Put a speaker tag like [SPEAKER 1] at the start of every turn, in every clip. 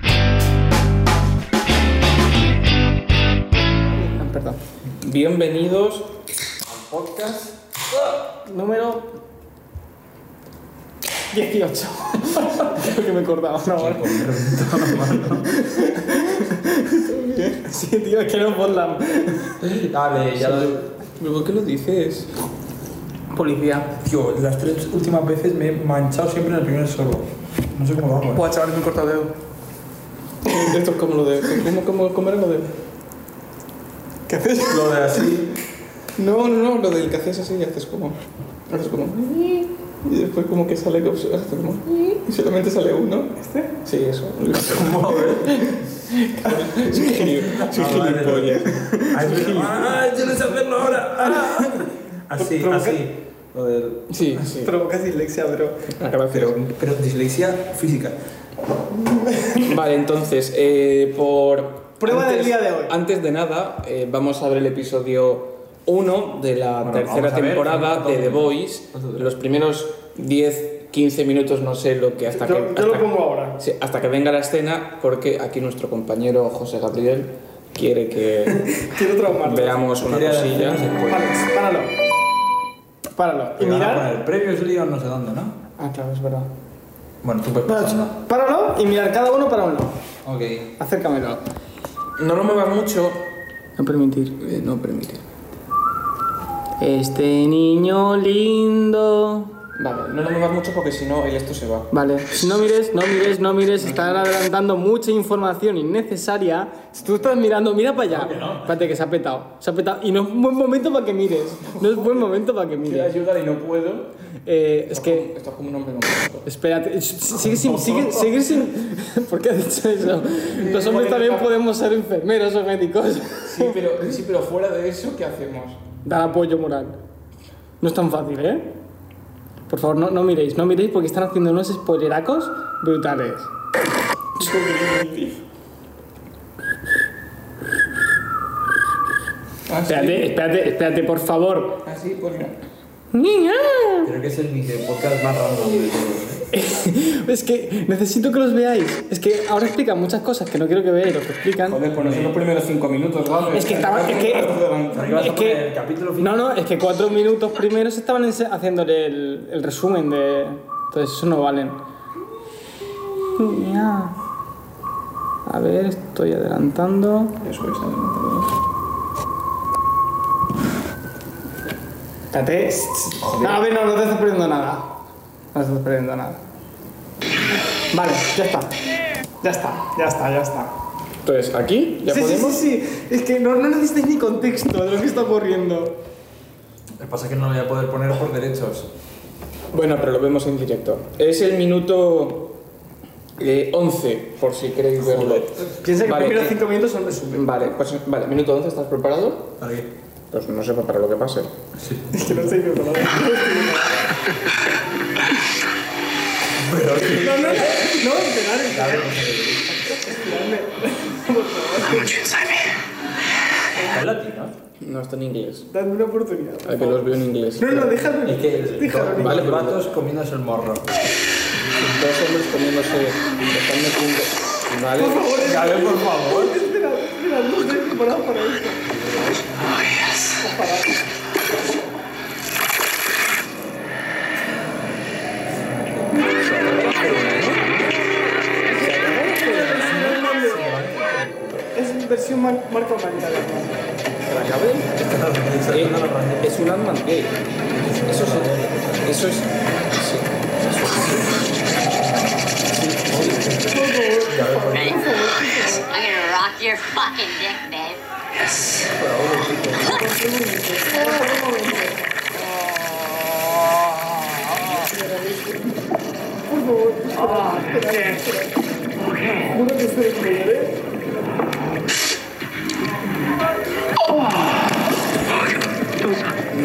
[SPEAKER 1] Ah, Bienvenidos al podcast ah, número 18. Creo que me acordaba no, ahora. Sí, tío, es que no por la.
[SPEAKER 2] Dale, ya lo...
[SPEAKER 1] ¿Pero por qué lo dices? Policía.
[SPEAKER 2] Tío, las tres últimas veces me he manchado siempre en el primer solo. No sé cómo lo hago.
[SPEAKER 3] Buah, chaval, me he cortado el dedo.
[SPEAKER 1] Esto es como lo de. ¿Cómo, cómo, cómo era lo de.? ¿Qué haces?
[SPEAKER 2] eh. Lo de así.
[SPEAKER 1] No, no, no, lo del que hacías así y haces como. Haces como. Y después como que sale que haces como. Y solamente sale uno. ¿Este? Sí, eso.
[SPEAKER 2] ¿Cómo?
[SPEAKER 1] Soy genio. Soy
[SPEAKER 2] Ah, vale.
[SPEAKER 1] gilipollas.
[SPEAKER 2] Ay, pero- ay, yo no sé hacerlo ahora. Ah. Así,
[SPEAKER 3] Provoca-
[SPEAKER 2] así. Lo del...
[SPEAKER 1] Sí, sí.
[SPEAKER 3] Provocas dislexia, bro.
[SPEAKER 2] Pero, pero dislexia física.
[SPEAKER 1] Vale, entonces, eh, por.
[SPEAKER 3] Prueba del día de hoy.
[SPEAKER 1] Antes de nada, eh, vamos a ver el episodio 1 de la
[SPEAKER 2] Bueno,
[SPEAKER 1] tercera
[SPEAKER 2] vamos a ver,
[SPEAKER 1] temporada
[SPEAKER 2] ¿cuánto
[SPEAKER 1] de The
[SPEAKER 2] dura?
[SPEAKER 1] Voice.
[SPEAKER 2] ¿Cuánto dura?
[SPEAKER 1] Los primeros 10, 15 minutos, no sé lo que hasta
[SPEAKER 3] Yo-
[SPEAKER 1] que.
[SPEAKER 3] yo
[SPEAKER 1] hasta
[SPEAKER 3] lo
[SPEAKER 1] que-
[SPEAKER 3] pongo ahora.
[SPEAKER 1] sí, hasta que venga la escena, porque aquí nuestro compañero José Gabriel quiere que
[SPEAKER 3] Quiero traumarlo.
[SPEAKER 1] veamos una
[SPEAKER 2] Quería
[SPEAKER 1] cosilla.
[SPEAKER 2] decir, no se puede.
[SPEAKER 3] Vale, páralo. Páralo. Y
[SPEAKER 2] Que van a poner
[SPEAKER 3] mirar.
[SPEAKER 2] el premio es lío no sé dónde, ¿no?
[SPEAKER 1] Ah, claro, es verdad.
[SPEAKER 2] Bueno, tú puedes pasar, ¿no?
[SPEAKER 3] Páralo y mirar cada uno para uno.
[SPEAKER 2] Ok.
[SPEAKER 3] Acércamelo.
[SPEAKER 1] No lo muevas mucho.
[SPEAKER 4] No permitir.
[SPEAKER 1] Eh, no permite.
[SPEAKER 4] Este niño lindo.
[SPEAKER 1] Vale, no lo muevas mucho porque si no, el esto se va.
[SPEAKER 4] Vale, no mires, no mires, no mires, están adelantando mucha información innecesaria. Si tú estás mirando, mira para allá. Espérate que se ha petado, se ha petado. Y no es un buen momento para que mires. No es buen momento para que
[SPEAKER 1] Quiero
[SPEAKER 4] mires.
[SPEAKER 1] ayudar y no puedo.
[SPEAKER 4] Eh, es que,
[SPEAKER 1] Esto es como un hombre con
[SPEAKER 4] espérate, sh- sigue sin, sigue, sigue sin... ¿Por qué has dicho eso? Los hombres también podemos ser enfermeros o médicos.
[SPEAKER 1] Sí pero, sí, pero fuera de eso, ¿qué hacemos?
[SPEAKER 4] Dar apoyo moral. No es tan fácil, ¿eh? Por favor, no, no miréis, no miréis porque están haciendo unos spoileracos brutales.
[SPEAKER 1] Así,
[SPEAKER 4] Espérate, espérate, espérate, por favor.
[SPEAKER 1] así, pues mira.
[SPEAKER 4] Niña.
[SPEAKER 2] Creo que es el mini podcast más random de todos. ¿eh?
[SPEAKER 4] Es que necesito que los veáis. Es que ahora explican muchas cosas que no quiero que veáis, lo que explican.
[SPEAKER 1] Joder, pues no son los primeros cinco minutos, ¿vale?
[SPEAKER 4] Es que estaba- es que-
[SPEAKER 2] Porque vas
[SPEAKER 4] Es
[SPEAKER 2] a
[SPEAKER 4] que-
[SPEAKER 2] poner el capítulo final.
[SPEAKER 4] No, no, es que cuatro minutos primero se estaban ense- haciéndole el, el resumen de... Entonces eso no valen. Niña. A ver, estoy adelantando.
[SPEAKER 1] Eso es, adelante.
[SPEAKER 4] Espérate. No, a ver, no, no te estás perdiendo nada. No te estás perdiendo nada. Vale, ya está.
[SPEAKER 3] Ya está, ya está, ya está.
[SPEAKER 1] Entonces, aquí ya
[SPEAKER 4] sí,
[SPEAKER 1] podemos.
[SPEAKER 4] sí, sí, sí. Es que no, no necesitáis ni contexto de lo que está ocurriendo.
[SPEAKER 2] Lo que pasa es que no lo voy a poder poner por derechos.
[SPEAKER 1] Bueno, pero lo vemos en directo. Es el minuto eh, 11, por si queréis verlo.
[SPEAKER 3] Piensa que
[SPEAKER 1] Vale,
[SPEAKER 3] los primeros
[SPEAKER 1] eh,
[SPEAKER 3] cinco minutos son resumen.
[SPEAKER 1] Vale, pues vale, minuto 11, ¿estás preparado?
[SPEAKER 2] ¿Para qué?
[SPEAKER 1] Pues no sepa para lo que pase.
[SPEAKER 2] Sí.
[SPEAKER 3] Es que no sé qué color. No, no, no, no, esperad.
[SPEAKER 2] A ver, no sé. Está en latino.
[SPEAKER 1] No, está en inglés.
[SPEAKER 3] Dadme una oportunidad.
[SPEAKER 1] Hay Ah, que los veo en inglés.
[SPEAKER 3] No, no, déjame.
[SPEAKER 2] Es que
[SPEAKER 3] Déjalo.
[SPEAKER 2] los
[SPEAKER 1] Vale, pero-
[SPEAKER 2] vatos comiéndose el morro.
[SPEAKER 1] Dos hombres comiéndose. Están metiendo. Vale.
[SPEAKER 3] Por favor,
[SPEAKER 2] A ver, por favor.
[SPEAKER 3] espera, espera, no estoy preparado para esto. Es versión mar marca humanidad.
[SPEAKER 1] ¿La cabe? Eh, es un Ant-Man gay. Eso sí. Eso es. Sí.
[SPEAKER 5] I'm gonna rock your fucking dick, babe.
[SPEAKER 3] Juro que estoy en color, ¿eh?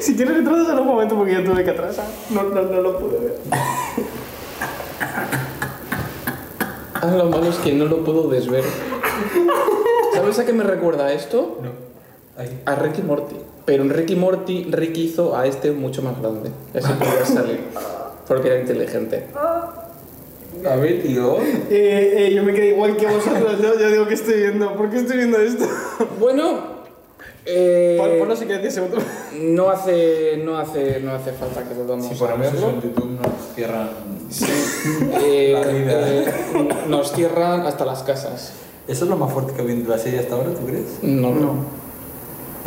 [SPEAKER 3] Si quieres retrasar un momento porque yo tuve que atrasar. No, no, no lo pude ver.
[SPEAKER 4] Ah, lo malo es que no lo puedo desver. ¿Sabes a qué me recuerda esto?
[SPEAKER 2] No. Ahí.
[SPEAKER 4] A Ricky Morty. Pero en Ricky Morty, Ricky hizo a este mucho más grande. Y Así podía salir. Porque era inteligente.
[SPEAKER 2] A ver, tío.
[SPEAKER 3] Eh, eh, yo me quedé igual que vosotros. Yo, yo digo que estoy viendo. ¿Por qué estoy viendo esto?
[SPEAKER 4] Bueno. eh,
[SPEAKER 3] Pon- Ponlo si quieres 10 segundos.
[SPEAKER 4] no hace, no hace, no hace falta que volvamos
[SPEAKER 2] Si
[SPEAKER 4] a
[SPEAKER 2] ponemos eso
[SPEAKER 4] verlo.
[SPEAKER 2] en YouTube nos cierran.
[SPEAKER 4] Eh,
[SPEAKER 2] La vida.
[SPEAKER 4] eh, nos cierran hasta las casas.
[SPEAKER 2] ¿Eso es lo más fuerte que ha habido en la serie hasta ahora, tú crees?
[SPEAKER 4] No, no.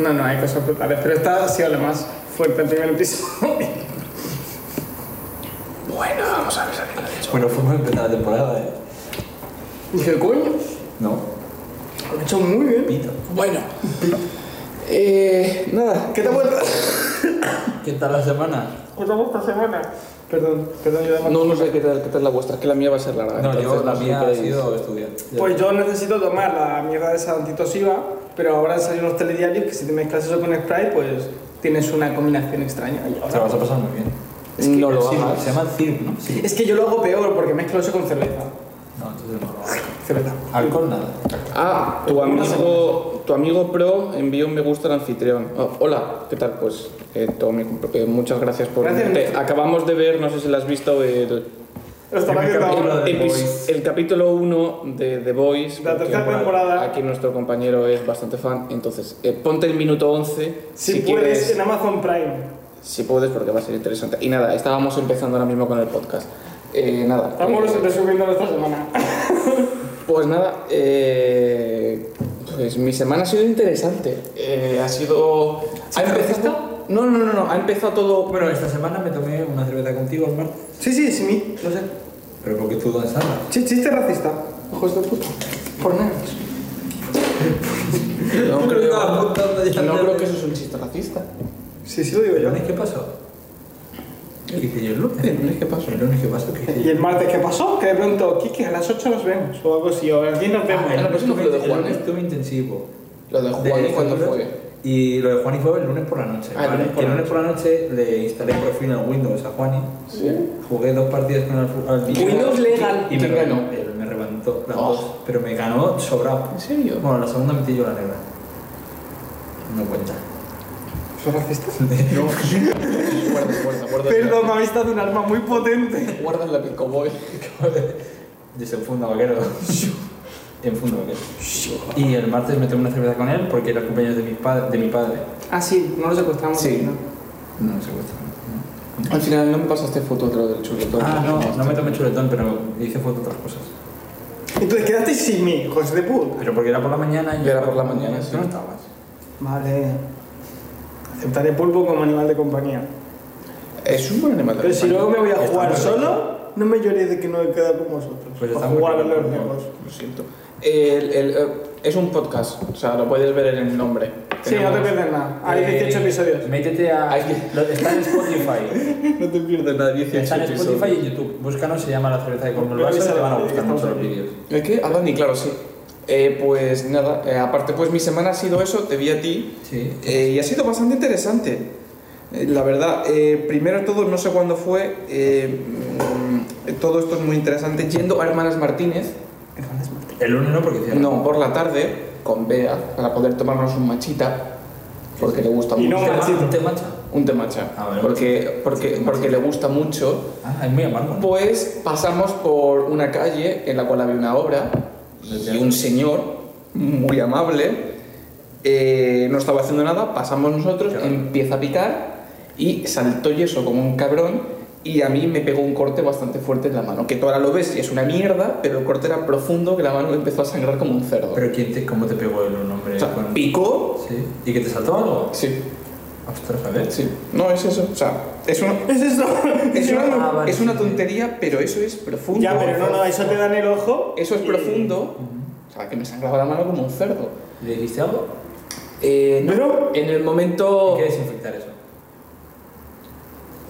[SPEAKER 3] No, no, hay cosas brutales. Pero esta ha sido la más fuerte del primer episodio.
[SPEAKER 4] Bueno, vamos a ver si alguien lo ha dicho.
[SPEAKER 2] Bueno, fuimos a empezar la temporada, ¿eh?
[SPEAKER 3] Dije, coño,
[SPEAKER 2] No.
[SPEAKER 3] lo he hecho muy bien.
[SPEAKER 2] Pito.
[SPEAKER 4] Bueno. Eh, nada.
[SPEAKER 3] ¿Qué te ha vuelto?
[SPEAKER 2] ¿Qué tal la semana?
[SPEAKER 3] ¿Qué te ha vuelto Pues esta semana? Perdón, perdón, yo de
[SPEAKER 4] No, no sé qué tal, qué tal la vuestra, que la mía va a ser larga.
[SPEAKER 2] No, yo
[SPEAKER 4] entonces
[SPEAKER 2] la
[SPEAKER 4] sé
[SPEAKER 2] mía
[SPEAKER 4] qué
[SPEAKER 2] ha
[SPEAKER 4] podéis-
[SPEAKER 2] sido estudiar.
[SPEAKER 3] Pues yo necesito tomar la mierda de esa antitosiva, pero ahora han salido unos telediarios que si te mezclas eso con Sprite, pues tienes una combinación extraña. Y
[SPEAKER 2] Te lo
[SPEAKER 3] ahora-
[SPEAKER 2] vas a pasar muy bien.
[SPEAKER 3] Es que
[SPEAKER 4] no lo
[SPEAKER 3] sí,
[SPEAKER 4] hagas.
[SPEAKER 2] Se llama CIRP, ¿no? Sí.
[SPEAKER 3] Es que yo lo hago peor porque mezclo eso con cerveza.
[SPEAKER 2] No, entonces no lo hago.
[SPEAKER 3] Cerveza.
[SPEAKER 2] Alcohol nada.
[SPEAKER 4] Ah, tu amigo, tu amigo pro envió un me gusta al anfitrión. Oh, hola, ¿qué tal? Pues eh, Tommy, eh, muchas gracias por
[SPEAKER 3] Gracias.
[SPEAKER 4] unirte. Acabamos de ver, no sé si la has visto, el,
[SPEAKER 3] Estará
[SPEAKER 2] Primer
[SPEAKER 3] que está
[SPEAKER 2] capítulo
[SPEAKER 3] ahora.
[SPEAKER 2] de- The
[SPEAKER 4] epi-
[SPEAKER 2] Boys.
[SPEAKER 4] el capítulo 1 de The Voice.
[SPEAKER 3] La tercera temporada.
[SPEAKER 4] Aquí nuestro compañero es bastante fan, entonces eh, ponte el minuto 11
[SPEAKER 3] Si,
[SPEAKER 4] si,
[SPEAKER 3] puedes,
[SPEAKER 4] quieres.
[SPEAKER 3] en Amazon Prime.
[SPEAKER 4] Si puedes, porque va a ser interesante. Y nada, estábamos empezando ahora mismo con el podcast. Eh, nada.
[SPEAKER 3] Estamos
[SPEAKER 4] eh,
[SPEAKER 3] resumiendo esta semana.
[SPEAKER 4] Pues nada, eh, pues mi semana ha sido interesante. Eh, ha sido. ¿Ha empezado? No, no, no, no, ha empezado todo.
[SPEAKER 2] Bueno, Oh, esta semana me tomé una cerveza contigo el martes.
[SPEAKER 3] Sí, sí, es mí.
[SPEAKER 2] No sé. Pero porque tú dónde estabas.
[SPEAKER 3] Ch- chiste este racista. Ojo de puta. Por nada.
[SPEAKER 4] No
[SPEAKER 2] Pero
[SPEAKER 4] creo,
[SPEAKER 2] estaba apuntando ya.
[SPEAKER 4] no creo que eso es un chiste racista.
[SPEAKER 3] Sí, sí lo digo yo.
[SPEAKER 2] ¿El lunes qué pasó? ¿Qué hice yo el lunes?
[SPEAKER 4] El lunes, ¿qué pasó?
[SPEAKER 2] ¿El lunes qué pasó? ¿Qué hice
[SPEAKER 3] ¿Y
[SPEAKER 2] yo?
[SPEAKER 3] el martes qué pasó? Que de pronto, Kiki, a las 8 nos vemos. O algo así, o a las 10 nos vemos.
[SPEAKER 2] Ah, el
[SPEAKER 4] pero eso no fue lo de
[SPEAKER 2] lunes- el
[SPEAKER 4] Juan,
[SPEAKER 2] lunes
[SPEAKER 4] ¿eh?
[SPEAKER 2] Estuve intensivo.
[SPEAKER 4] Lo de Juan,
[SPEAKER 2] De
[SPEAKER 4] ¿cuándo
[SPEAKER 2] Honduras.
[SPEAKER 4] fue?
[SPEAKER 2] Y lo de Juani fue el lunes por la noche.
[SPEAKER 4] Ah, el
[SPEAKER 2] ¿vale?
[SPEAKER 4] lunes por
[SPEAKER 2] el
[SPEAKER 4] la
[SPEAKER 2] lunes por la noche le instalé por fin el Windows a Juani. Jugué dos partidas con el al
[SPEAKER 4] Windows legal.
[SPEAKER 2] Y me
[SPEAKER 4] ¿Quién ganó?
[SPEAKER 2] ganó. Él me reventó las
[SPEAKER 4] Oh.
[SPEAKER 2] dos. Pero me ganó sobrado.
[SPEAKER 4] ¿En serio?
[SPEAKER 2] Bueno, la segunda metí yo la negra. No cuenta.
[SPEAKER 3] ¿Soy racista?
[SPEAKER 4] Guarda, guarda, guarda.
[SPEAKER 3] Perdón, me habéis dado un arma muy potente.
[SPEAKER 4] Guarda la Pico Boy.
[SPEAKER 2] Desenfunda vaquero. Enfunda vaquero. Y el martes me tomé una cerveza con él porque era cumpleaños de mi, padre de mi padre.
[SPEAKER 3] Ah, sí, no lo secuestramos.
[SPEAKER 4] Sí.
[SPEAKER 2] No se cuesta.
[SPEAKER 4] Al final no me pasaste foto de lo del chuletón.
[SPEAKER 2] Ah, no, no me tomé chuletón, pero hice foto de otras cosas.
[SPEAKER 3] Entonces quedaste sin mí, José de puta.
[SPEAKER 2] Pero porque era por la mañana y yo
[SPEAKER 4] Era por la mañana, sí.
[SPEAKER 2] Tú no estabas.
[SPEAKER 3] Vale. Aceptaré pulpo como animal de compañía.
[SPEAKER 4] Es un buen animal. de
[SPEAKER 3] Pero si
[SPEAKER 4] compañía.
[SPEAKER 3] luego me voy a
[SPEAKER 2] Está
[SPEAKER 3] jugar
[SPEAKER 2] muy
[SPEAKER 3] solo, no me lloré de que no he quedado con vosotros.
[SPEAKER 2] Pues
[SPEAKER 3] Para
[SPEAKER 2] está muy
[SPEAKER 3] jugar a los
[SPEAKER 2] bien.
[SPEAKER 3] juegos.
[SPEAKER 4] Lo siento. El- el, eh, es un podcast, o sea, lo puedes ver en el nombre.
[SPEAKER 3] Sí, no te
[SPEAKER 4] Tenemos-
[SPEAKER 3] pierdes nada. Hay 18
[SPEAKER 2] Eh,
[SPEAKER 3] episodios.
[SPEAKER 2] Métete a.
[SPEAKER 4] Ay,
[SPEAKER 2] lo- Está en Spotify.
[SPEAKER 4] No te pierdes nada, 18
[SPEAKER 2] Está en Spotify y YouTube. Búscanos, se llama La cerveza de Colmel Vaso y te van a gustar mucho los vídeos.
[SPEAKER 4] ¿El qué? Ah, Dani, claro, sí. Eh, pues nada, eh, aparte pues mi semana ha sido eso, te vi a ti
[SPEAKER 2] Sí.
[SPEAKER 4] eh, y ha sido bastante interesante. Eh, la verdad, eh, primero de todo, no sé cuándo fue, eh, mm, todo esto es muy interesante, yendo a Hermanas Martínez,
[SPEAKER 2] El lunes no, porque cierra.
[SPEAKER 4] no, por la tarde, con Bea, para poder tomarnos un machita, porque le gusta
[SPEAKER 3] Y
[SPEAKER 4] mucho.
[SPEAKER 3] no
[SPEAKER 2] ¿Te
[SPEAKER 3] machito.
[SPEAKER 2] ma- ¿Te macha?
[SPEAKER 4] Un temacha.
[SPEAKER 2] A ver,
[SPEAKER 4] porque, porque, porque le gusta mucho.
[SPEAKER 2] Ah, es muy amargo. ¿no?
[SPEAKER 4] Pues pasamos por una calle en la cual había una obra y un señor muy amable eh, no estaba haciendo nada, pasamos nosotros,
[SPEAKER 2] Claro.
[SPEAKER 4] empieza a picar y saltó yeso como un cabrón y a mí me pegó un corte bastante fuerte en la mano, que tú ahora lo ves y es una mierda, pero el corte era profundo que la mano empezó a sangrar como un cerdo.
[SPEAKER 2] Pero ¿quién te, ¿cómo te pegó el hombre?
[SPEAKER 4] o sea,
[SPEAKER 2] con-
[SPEAKER 4] picó,
[SPEAKER 2] Sí. ¿Y que te saltó algo?
[SPEAKER 4] sí,
[SPEAKER 2] Ostras, a ver.
[SPEAKER 4] sí, no es eso, o sea, es una,
[SPEAKER 3] Es eso.
[SPEAKER 4] Es una,
[SPEAKER 2] Ah, vale,
[SPEAKER 4] es una
[SPEAKER 2] sí, sí.
[SPEAKER 4] tontería, pero eso es profundo.
[SPEAKER 3] Ya, pero no, no, eso te dan el ojo.
[SPEAKER 4] Eso es
[SPEAKER 3] y-
[SPEAKER 4] profundo. O sea, que me sangraba la mano como un cerdo.
[SPEAKER 2] ¿Le dijiste algo?
[SPEAKER 4] Eh, no,
[SPEAKER 3] Pero-
[SPEAKER 4] en el momento...
[SPEAKER 2] Hay que desinfectar eso.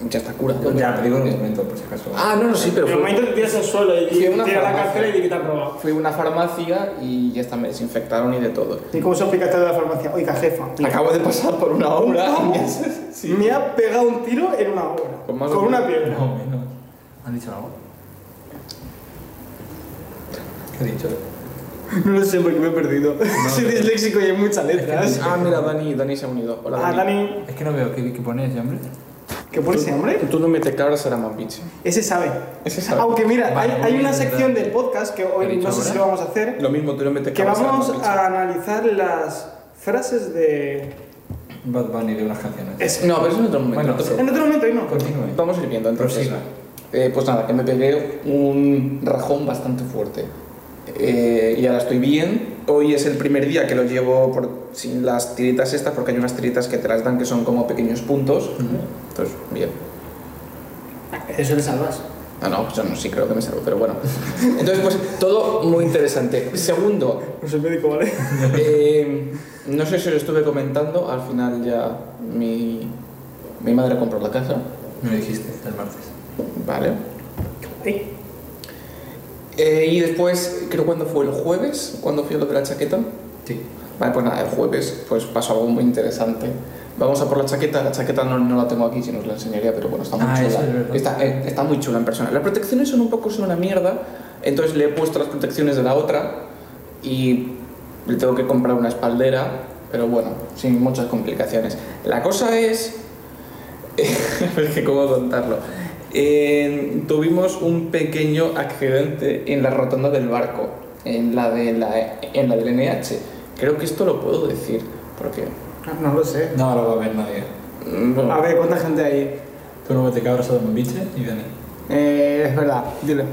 [SPEAKER 4] Ya está cura.
[SPEAKER 2] Pues Ya, te digo en el momento, por si acaso.
[SPEAKER 4] Ah, no, no, sí, pero
[SPEAKER 6] En el
[SPEAKER 4] fue,
[SPEAKER 6] momento que tiras al suelo y
[SPEAKER 4] Fui a una
[SPEAKER 6] tiras la
[SPEAKER 4] farmacia.
[SPEAKER 6] cartera y di que te han robado.
[SPEAKER 4] fui a una farmacia y ya está, me desinfectaron y de todo.
[SPEAKER 3] ¿Y cómo se explica esto de la farmacia? Oiga, jefa,
[SPEAKER 4] Acabo de pasar por una obra. Sí.
[SPEAKER 3] me ha pegado un tiro en una hora.
[SPEAKER 4] Con
[SPEAKER 3] Con,
[SPEAKER 4] más o menos.
[SPEAKER 3] una piedra.
[SPEAKER 2] No, menos. ¿Han dicho algo? ¿Qué he dicho?
[SPEAKER 3] No lo sé porque me he perdido. Soy disléxico y hay muchas letras.
[SPEAKER 4] Ah, mira, Dani, Dani se ha unido. Hola,
[SPEAKER 3] Ah,
[SPEAKER 4] Dani.
[SPEAKER 3] Dani,
[SPEAKER 2] Es que no veo qué, qué pone ese hombre.
[SPEAKER 3] ¿qué pone ese hombre?
[SPEAKER 4] Tú no metes claro, será más pinche.
[SPEAKER 3] Ese sabe.
[SPEAKER 4] Ese sabe.
[SPEAKER 3] Aunque mira,
[SPEAKER 2] Vale,
[SPEAKER 3] hay, hay
[SPEAKER 2] muy
[SPEAKER 3] una
[SPEAKER 2] bien,
[SPEAKER 3] sección
[SPEAKER 2] ¿verdad?
[SPEAKER 3] del podcast que
[SPEAKER 2] ¿Qué
[SPEAKER 3] hoy
[SPEAKER 2] he dicho
[SPEAKER 3] no sé si
[SPEAKER 2] ahora?
[SPEAKER 3] lo vamos a hacer,
[SPEAKER 4] Lo mismo, tú no metes
[SPEAKER 3] que
[SPEAKER 4] claro, será
[SPEAKER 3] vamos
[SPEAKER 4] más
[SPEAKER 3] a analizar las frases de...
[SPEAKER 2] Bad Bunny de unas canciones.
[SPEAKER 4] pinche. No, pero eso en otro momento.
[SPEAKER 2] Bueno,
[SPEAKER 4] no te
[SPEAKER 2] sí.
[SPEAKER 4] preocupes.
[SPEAKER 3] En otro momento, hoy no.
[SPEAKER 2] Continúe.
[SPEAKER 4] Vamos a ir viendo, entonces.
[SPEAKER 2] Prosiga.
[SPEAKER 4] Eh, pues nada, que me pegué un rajón bastante fuerte. Eh, y ahora estoy bien. Hoy es el primer día que lo llevo por, sin las tiritas estas, porque hay unas tiritas que te las dan que son como pequeños puntos. Entonces, bien.
[SPEAKER 6] Eso le salvas.
[SPEAKER 4] Ah, no, yo no, sí creo que me salgo, pero bueno. Entonces, pues todo muy interesante. Segundo,
[SPEAKER 3] No soy médico, ¿vale?
[SPEAKER 4] eh, no sé si os estuve comentando, al final ya mi, mi madre compró la casa.
[SPEAKER 2] Me lo dijiste el martes.
[SPEAKER 4] Vale.
[SPEAKER 3] Ay.
[SPEAKER 4] Eh, y después, creo cuando fue el jueves, cuando fui a lo de la chaqueta.
[SPEAKER 2] Sí.
[SPEAKER 4] Vale, pues nada, el jueves pues pasó algo muy interesante. Vamos a por la chaqueta, la chaqueta no, no la tengo aquí, si no os la enseñaría, pero bueno, está muy
[SPEAKER 2] Ah,
[SPEAKER 4] chula.
[SPEAKER 2] eso es verdad.
[SPEAKER 4] está, eh, está muy chula en persona. Las protecciones son un poco son una mierda, entonces le he puesto las protecciones de la otra y le tengo que comprar una espaldera, pero bueno, sin muchas complicaciones. La cosa es... a ver que cómo contarlo. Eh, tuvimos un pequeño accidente en la rotonda del barco, en la, de la, en la del NH. Creo que esto lo puedo decir, porque...
[SPEAKER 3] Ah, No lo sé.
[SPEAKER 2] No lo va a ver nadie.
[SPEAKER 4] mm, bueno,
[SPEAKER 3] A ver, ¿cuánta gente hay?
[SPEAKER 2] Tú no te cabras a Don Biche y Dani.
[SPEAKER 3] Eh, es verdad, dile.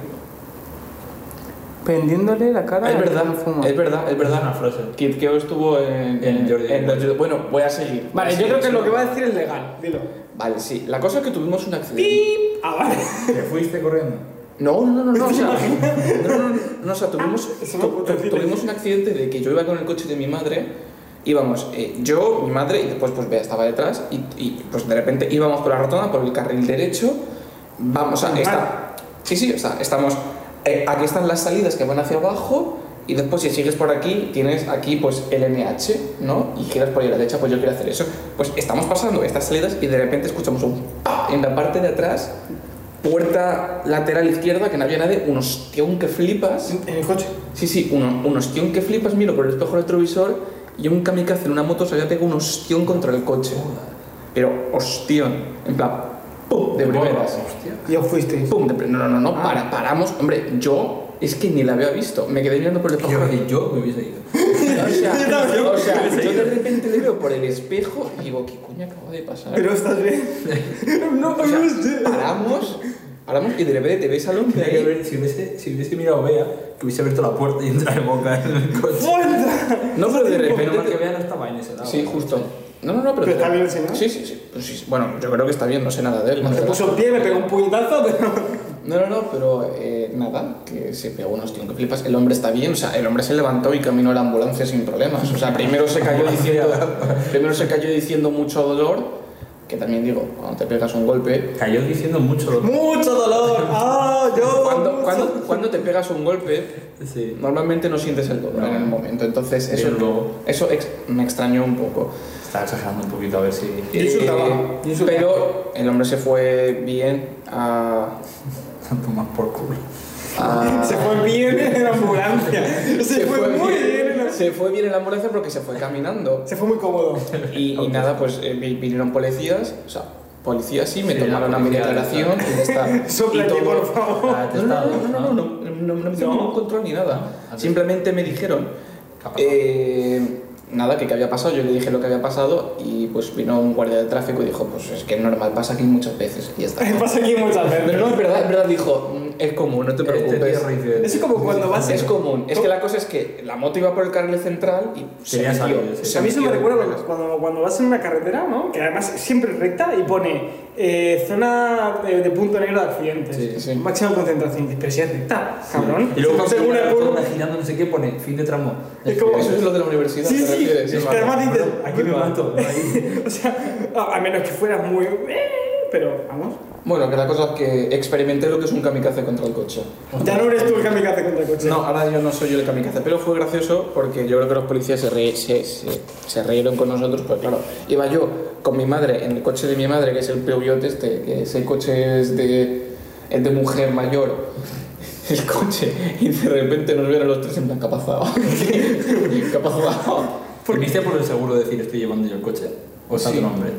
[SPEAKER 7] Pendiéndole la
[SPEAKER 3] Ah,
[SPEAKER 7] cara.
[SPEAKER 4] es
[SPEAKER 7] al que
[SPEAKER 4] verdad,
[SPEAKER 7] no fuma.
[SPEAKER 4] es verdad, es
[SPEAKER 2] una
[SPEAKER 4] verdad.
[SPEAKER 2] frase.
[SPEAKER 4] Kid Keo estuvo en...
[SPEAKER 2] En Jordi.
[SPEAKER 4] Jordi- Bueno, voy a seguir. voy a
[SPEAKER 3] Vale, yo
[SPEAKER 4] seguir,
[SPEAKER 3] creo que
[SPEAKER 4] sí.
[SPEAKER 3] lo que va a decir es legal, dilo.
[SPEAKER 4] Vale, sí. La cosa es que tuvimos un accidente...
[SPEAKER 3] ¡Pip! Ah, vale.
[SPEAKER 2] ¿Te fuiste corriendo?
[SPEAKER 4] No, no, no, no, o sea, no, no, no, no, o sea, tuvimos,
[SPEAKER 3] Es una puta
[SPEAKER 4] tu- tu- tuvimos un accidente de que yo iba con el coche de mi madre, íbamos eh, yo, mi madre, y después pues Bea estaba detrás, y, y, pues de repente íbamos por la rotonda, por el carril derecho, vamos, o sea, está, sí, sí, o sea, estamos, eh, aquí están las salidas que van hacia abajo, y después si sigues por aquí, tienes aquí pues el NH, ¿no? Y giras por ahí a la derecha, pues yo quiero hacer eso. Pues estamos pasando estas salidas y de repente escuchamos un ¡pa! en la parte de atrás puerta lateral izquierda que no había nadie, un ostión que flipas.
[SPEAKER 3] En el coche.
[SPEAKER 4] Sí, sí, uno, un ostión que flipas, miro por el espejo retrovisor y un kamikaze en una moto se había pegado un ostión contra el coche. Pero ostión, en plan, ¡pum! de primeras.
[SPEAKER 2] Hostia.
[SPEAKER 3] Ya fuisteis.
[SPEAKER 4] ¡Pum! De pri- no, no, no,
[SPEAKER 2] Ah.
[SPEAKER 4] no, para, paramos. Hombre, yo es que ni la había visto. Me quedé mirando por el espejo
[SPEAKER 2] Yo, que yo me hubiese ido.
[SPEAKER 4] o sea, o sea, yo de repente le veo por el espejo y digo, ¿qué coño acaba de pasar?
[SPEAKER 3] Pero estás bien. no,
[SPEAKER 4] O sea,
[SPEAKER 3] no sé.
[SPEAKER 4] paramos, paramos y de repente te ves al hombre
[SPEAKER 2] pues, Tenía que
[SPEAKER 4] ahí.
[SPEAKER 2] ver, si hubiese, si hubiese mirado Bea, que hubiese abierto la puerta y entrado en boca en el coche.
[SPEAKER 3] ¡Fuerza!
[SPEAKER 4] No, pero de
[SPEAKER 2] Menos mal
[SPEAKER 4] repente.
[SPEAKER 2] que Bea no estaba en ese lado.
[SPEAKER 4] Sí, justo. No, no, no, pero.
[SPEAKER 3] ¿Pero está bien el señor?
[SPEAKER 4] Sí, sí, sí. Pues sí, Bueno, yo creo que está bien, no sé nada de él. la
[SPEAKER 3] Se
[SPEAKER 4] verdad.
[SPEAKER 3] puso en pie, me pegó un puñetazo, pero...
[SPEAKER 4] No, no, no, pero eh, nada, que se pegó un hostión que flipas. El hombre está bien, o sea, el hombre se levantó y caminó a la ambulancia sin problemas. O sea, primero se cayó diciendo, primero se cayó diciendo mucho dolor, que también digo, cuando te pegas un golpe.
[SPEAKER 2] Cayó diciendo mucho lo
[SPEAKER 3] ¡Mucho dolor! ¡Ah, yo!
[SPEAKER 4] Cuando,
[SPEAKER 3] mucho-
[SPEAKER 4] cuando, cuando te pegas un golpe,
[SPEAKER 2] Sí.
[SPEAKER 4] normalmente no sientes el dolor
[SPEAKER 2] No.
[SPEAKER 4] en el momento. Entonces, eso,
[SPEAKER 2] Pero luego-
[SPEAKER 4] eso ex- me extrañó un poco.
[SPEAKER 2] Estaba exagerando un poquito a ver si.
[SPEAKER 3] Yo insultaba,
[SPEAKER 4] Eh,
[SPEAKER 3] yo insultaba.
[SPEAKER 4] Pero el hombre se fue bien a.
[SPEAKER 2] Tanto más por culo.
[SPEAKER 4] a-
[SPEAKER 3] Se fue bien en la ambulancia. Se, fue, muy bien. en la-
[SPEAKER 4] Se fue bien en la ambulancia porque se fue caminando.
[SPEAKER 3] Se fue muy cómodo.
[SPEAKER 4] Y, y nada, pues eh, vi- vinieron policías, o sea, policías sí, me
[SPEAKER 2] Sí,
[SPEAKER 4] tomaron
[SPEAKER 2] la
[SPEAKER 4] una media
[SPEAKER 2] policía,
[SPEAKER 4] relación y ya está.
[SPEAKER 3] Sopla
[SPEAKER 4] Y
[SPEAKER 3] aquí,
[SPEAKER 4] todo-
[SPEAKER 3] por favor.
[SPEAKER 2] Ah,
[SPEAKER 4] No, no,
[SPEAKER 2] testado,
[SPEAKER 4] no, no, no, no, no, no, no me hicieron ningún control ni nada.
[SPEAKER 2] Ah,
[SPEAKER 4] Simplemente me dijeron,
[SPEAKER 2] ¿Qué ha pasado?
[SPEAKER 4] eh, nada, que qué había pasado, yo le dije lo que había pasado y pues vino un guardia de tráfico y dijo, pues es que es normal, pasa aquí muchas veces y ya está.
[SPEAKER 3] Pasa aquí muchas veces.
[SPEAKER 4] Pero no, es verdad, es verdad, dijo, "Mm, es común, no te
[SPEAKER 2] Este tío
[SPEAKER 4] preocupes.
[SPEAKER 2] es reincidente.
[SPEAKER 3] Es como cuando vas
[SPEAKER 4] Es
[SPEAKER 3] en...
[SPEAKER 4] común. Es que la cosa es que la moto iba por el carril central y se
[SPEAKER 2] Quería
[SPEAKER 4] metió.
[SPEAKER 2] salir, sí.
[SPEAKER 4] se
[SPEAKER 3] A mí se me
[SPEAKER 4] metió.
[SPEAKER 3] recuerda cuando, cuando, cuando vas en una carretera, ¿no? Que además es siempre recta y pone eh, zona de, de punto negro de accidentes.
[SPEAKER 2] Sí,
[SPEAKER 4] sí.
[SPEAKER 3] Máxima concentración. Pero si es recta, cabrón.
[SPEAKER 2] Y luego
[SPEAKER 3] Según
[SPEAKER 2] según
[SPEAKER 3] una
[SPEAKER 2] la
[SPEAKER 3] curva.
[SPEAKER 2] rotonda girando, no sé qué, pone fin de tramo.
[SPEAKER 3] Es como-
[SPEAKER 4] Eso es lo de la universidad.
[SPEAKER 3] Sí,
[SPEAKER 4] ¿te
[SPEAKER 3] sí.
[SPEAKER 4] refieres?
[SPEAKER 3] Es que además dices,
[SPEAKER 2] Aquí me mato. ahí.
[SPEAKER 3] O sea, a, a menos que fueras muy. eh, pero vamos.
[SPEAKER 4] Bueno, que la cosa es que experimenté lo que es un kamikaze contra el coche.
[SPEAKER 3] Ya no eres tú el kamikaze contra el coche.
[SPEAKER 4] No, ahora yo no soy yo el kamikaze, pero fue gracioso porque yo creo que los policías se, re- se, se- se rieron con nosotros, pues claro, iba yo con mi madre en el coche de mi madre, que es el Peugeot este, que ese coche es de, es de mujer mayor, el coche, y de repente nos vieron los tres en plan, ¿qué ha pasado? ¿Qué ha pasado?
[SPEAKER 2] ¿Viniste por el seguro de decir estoy llevando yo el coche? ¿O está
[SPEAKER 4] Sí.
[SPEAKER 2] tu nombre?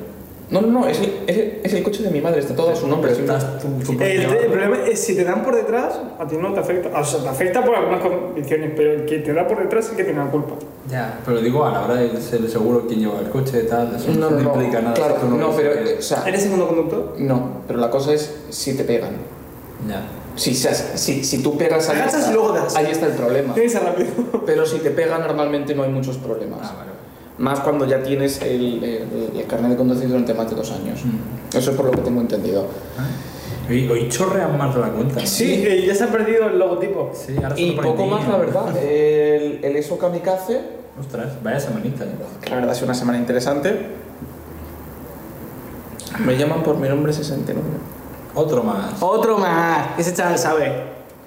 [SPEAKER 4] No, no, no, es el, es el- es el coche de mi madre, está todo a su nombre.
[SPEAKER 2] Pero
[SPEAKER 4] es una-
[SPEAKER 2] estás tú, tú
[SPEAKER 3] El,
[SPEAKER 2] puedes
[SPEAKER 3] el
[SPEAKER 2] llevarlo.
[SPEAKER 3] problema es si te dan por detrás, a ti no te afecta. O sea, te afecta por algunas condiciones, pero el que te da por detrás es el que tiene la culpa.
[SPEAKER 2] Ya, pero digo a la hora de ser el seguro quién lleva el coche, tal, eso
[SPEAKER 4] No, no, no,
[SPEAKER 2] implica nada.
[SPEAKER 4] claro,
[SPEAKER 2] si tú
[SPEAKER 4] no, pero,
[SPEAKER 2] quieres.
[SPEAKER 4] eh, o sea,
[SPEAKER 3] ¿Eres segundo conductor?
[SPEAKER 4] no, pero la cosa es si te pegan.
[SPEAKER 2] Ya.
[SPEAKER 4] Si, se- si, si tú pegas ahí
[SPEAKER 3] Agachas
[SPEAKER 4] está,
[SPEAKER 3] y luego das.
[SPEAKER 4] ahí está el problema.
[SPEAKER 3] Tienes a rápido.
[SPEAKER 4] Pero si te pega normalmente no hay muchos problemas.
[SPEAKER 2] Ah, vale.
[SPEAKER 4] Más cuando ya tienes el, el- el carnet de conducir durante más de dos años. Eso es por lo que tengo entendido.
[SPEAKER 2] Hoy, hoy chorrean más de la cuenta. ¿no?
[SPEAKER 4] Sí.
[SPEAKER 3] eh, ya se ha perdido el logotipo.
[SPEAKER 2] Sí, ahora
[SPEAKER 4] Y
[SPEAKER 2] solo ponen
[SPEAKER 4] poco más,
[SPEAKER 2] niño.
[SPEAKER 4] la verdad. El, el eso kamikaze,
[SPEAKER 2] Ostras, vaya semanita. ¿eh?
[SPEAKER 4] que la verdad es una semana interesante. Me llaman por mi nombre 69.
[SPEAKER 2] Otro más.
[SPEAKER 8] Otro más. Ese chaval sabe.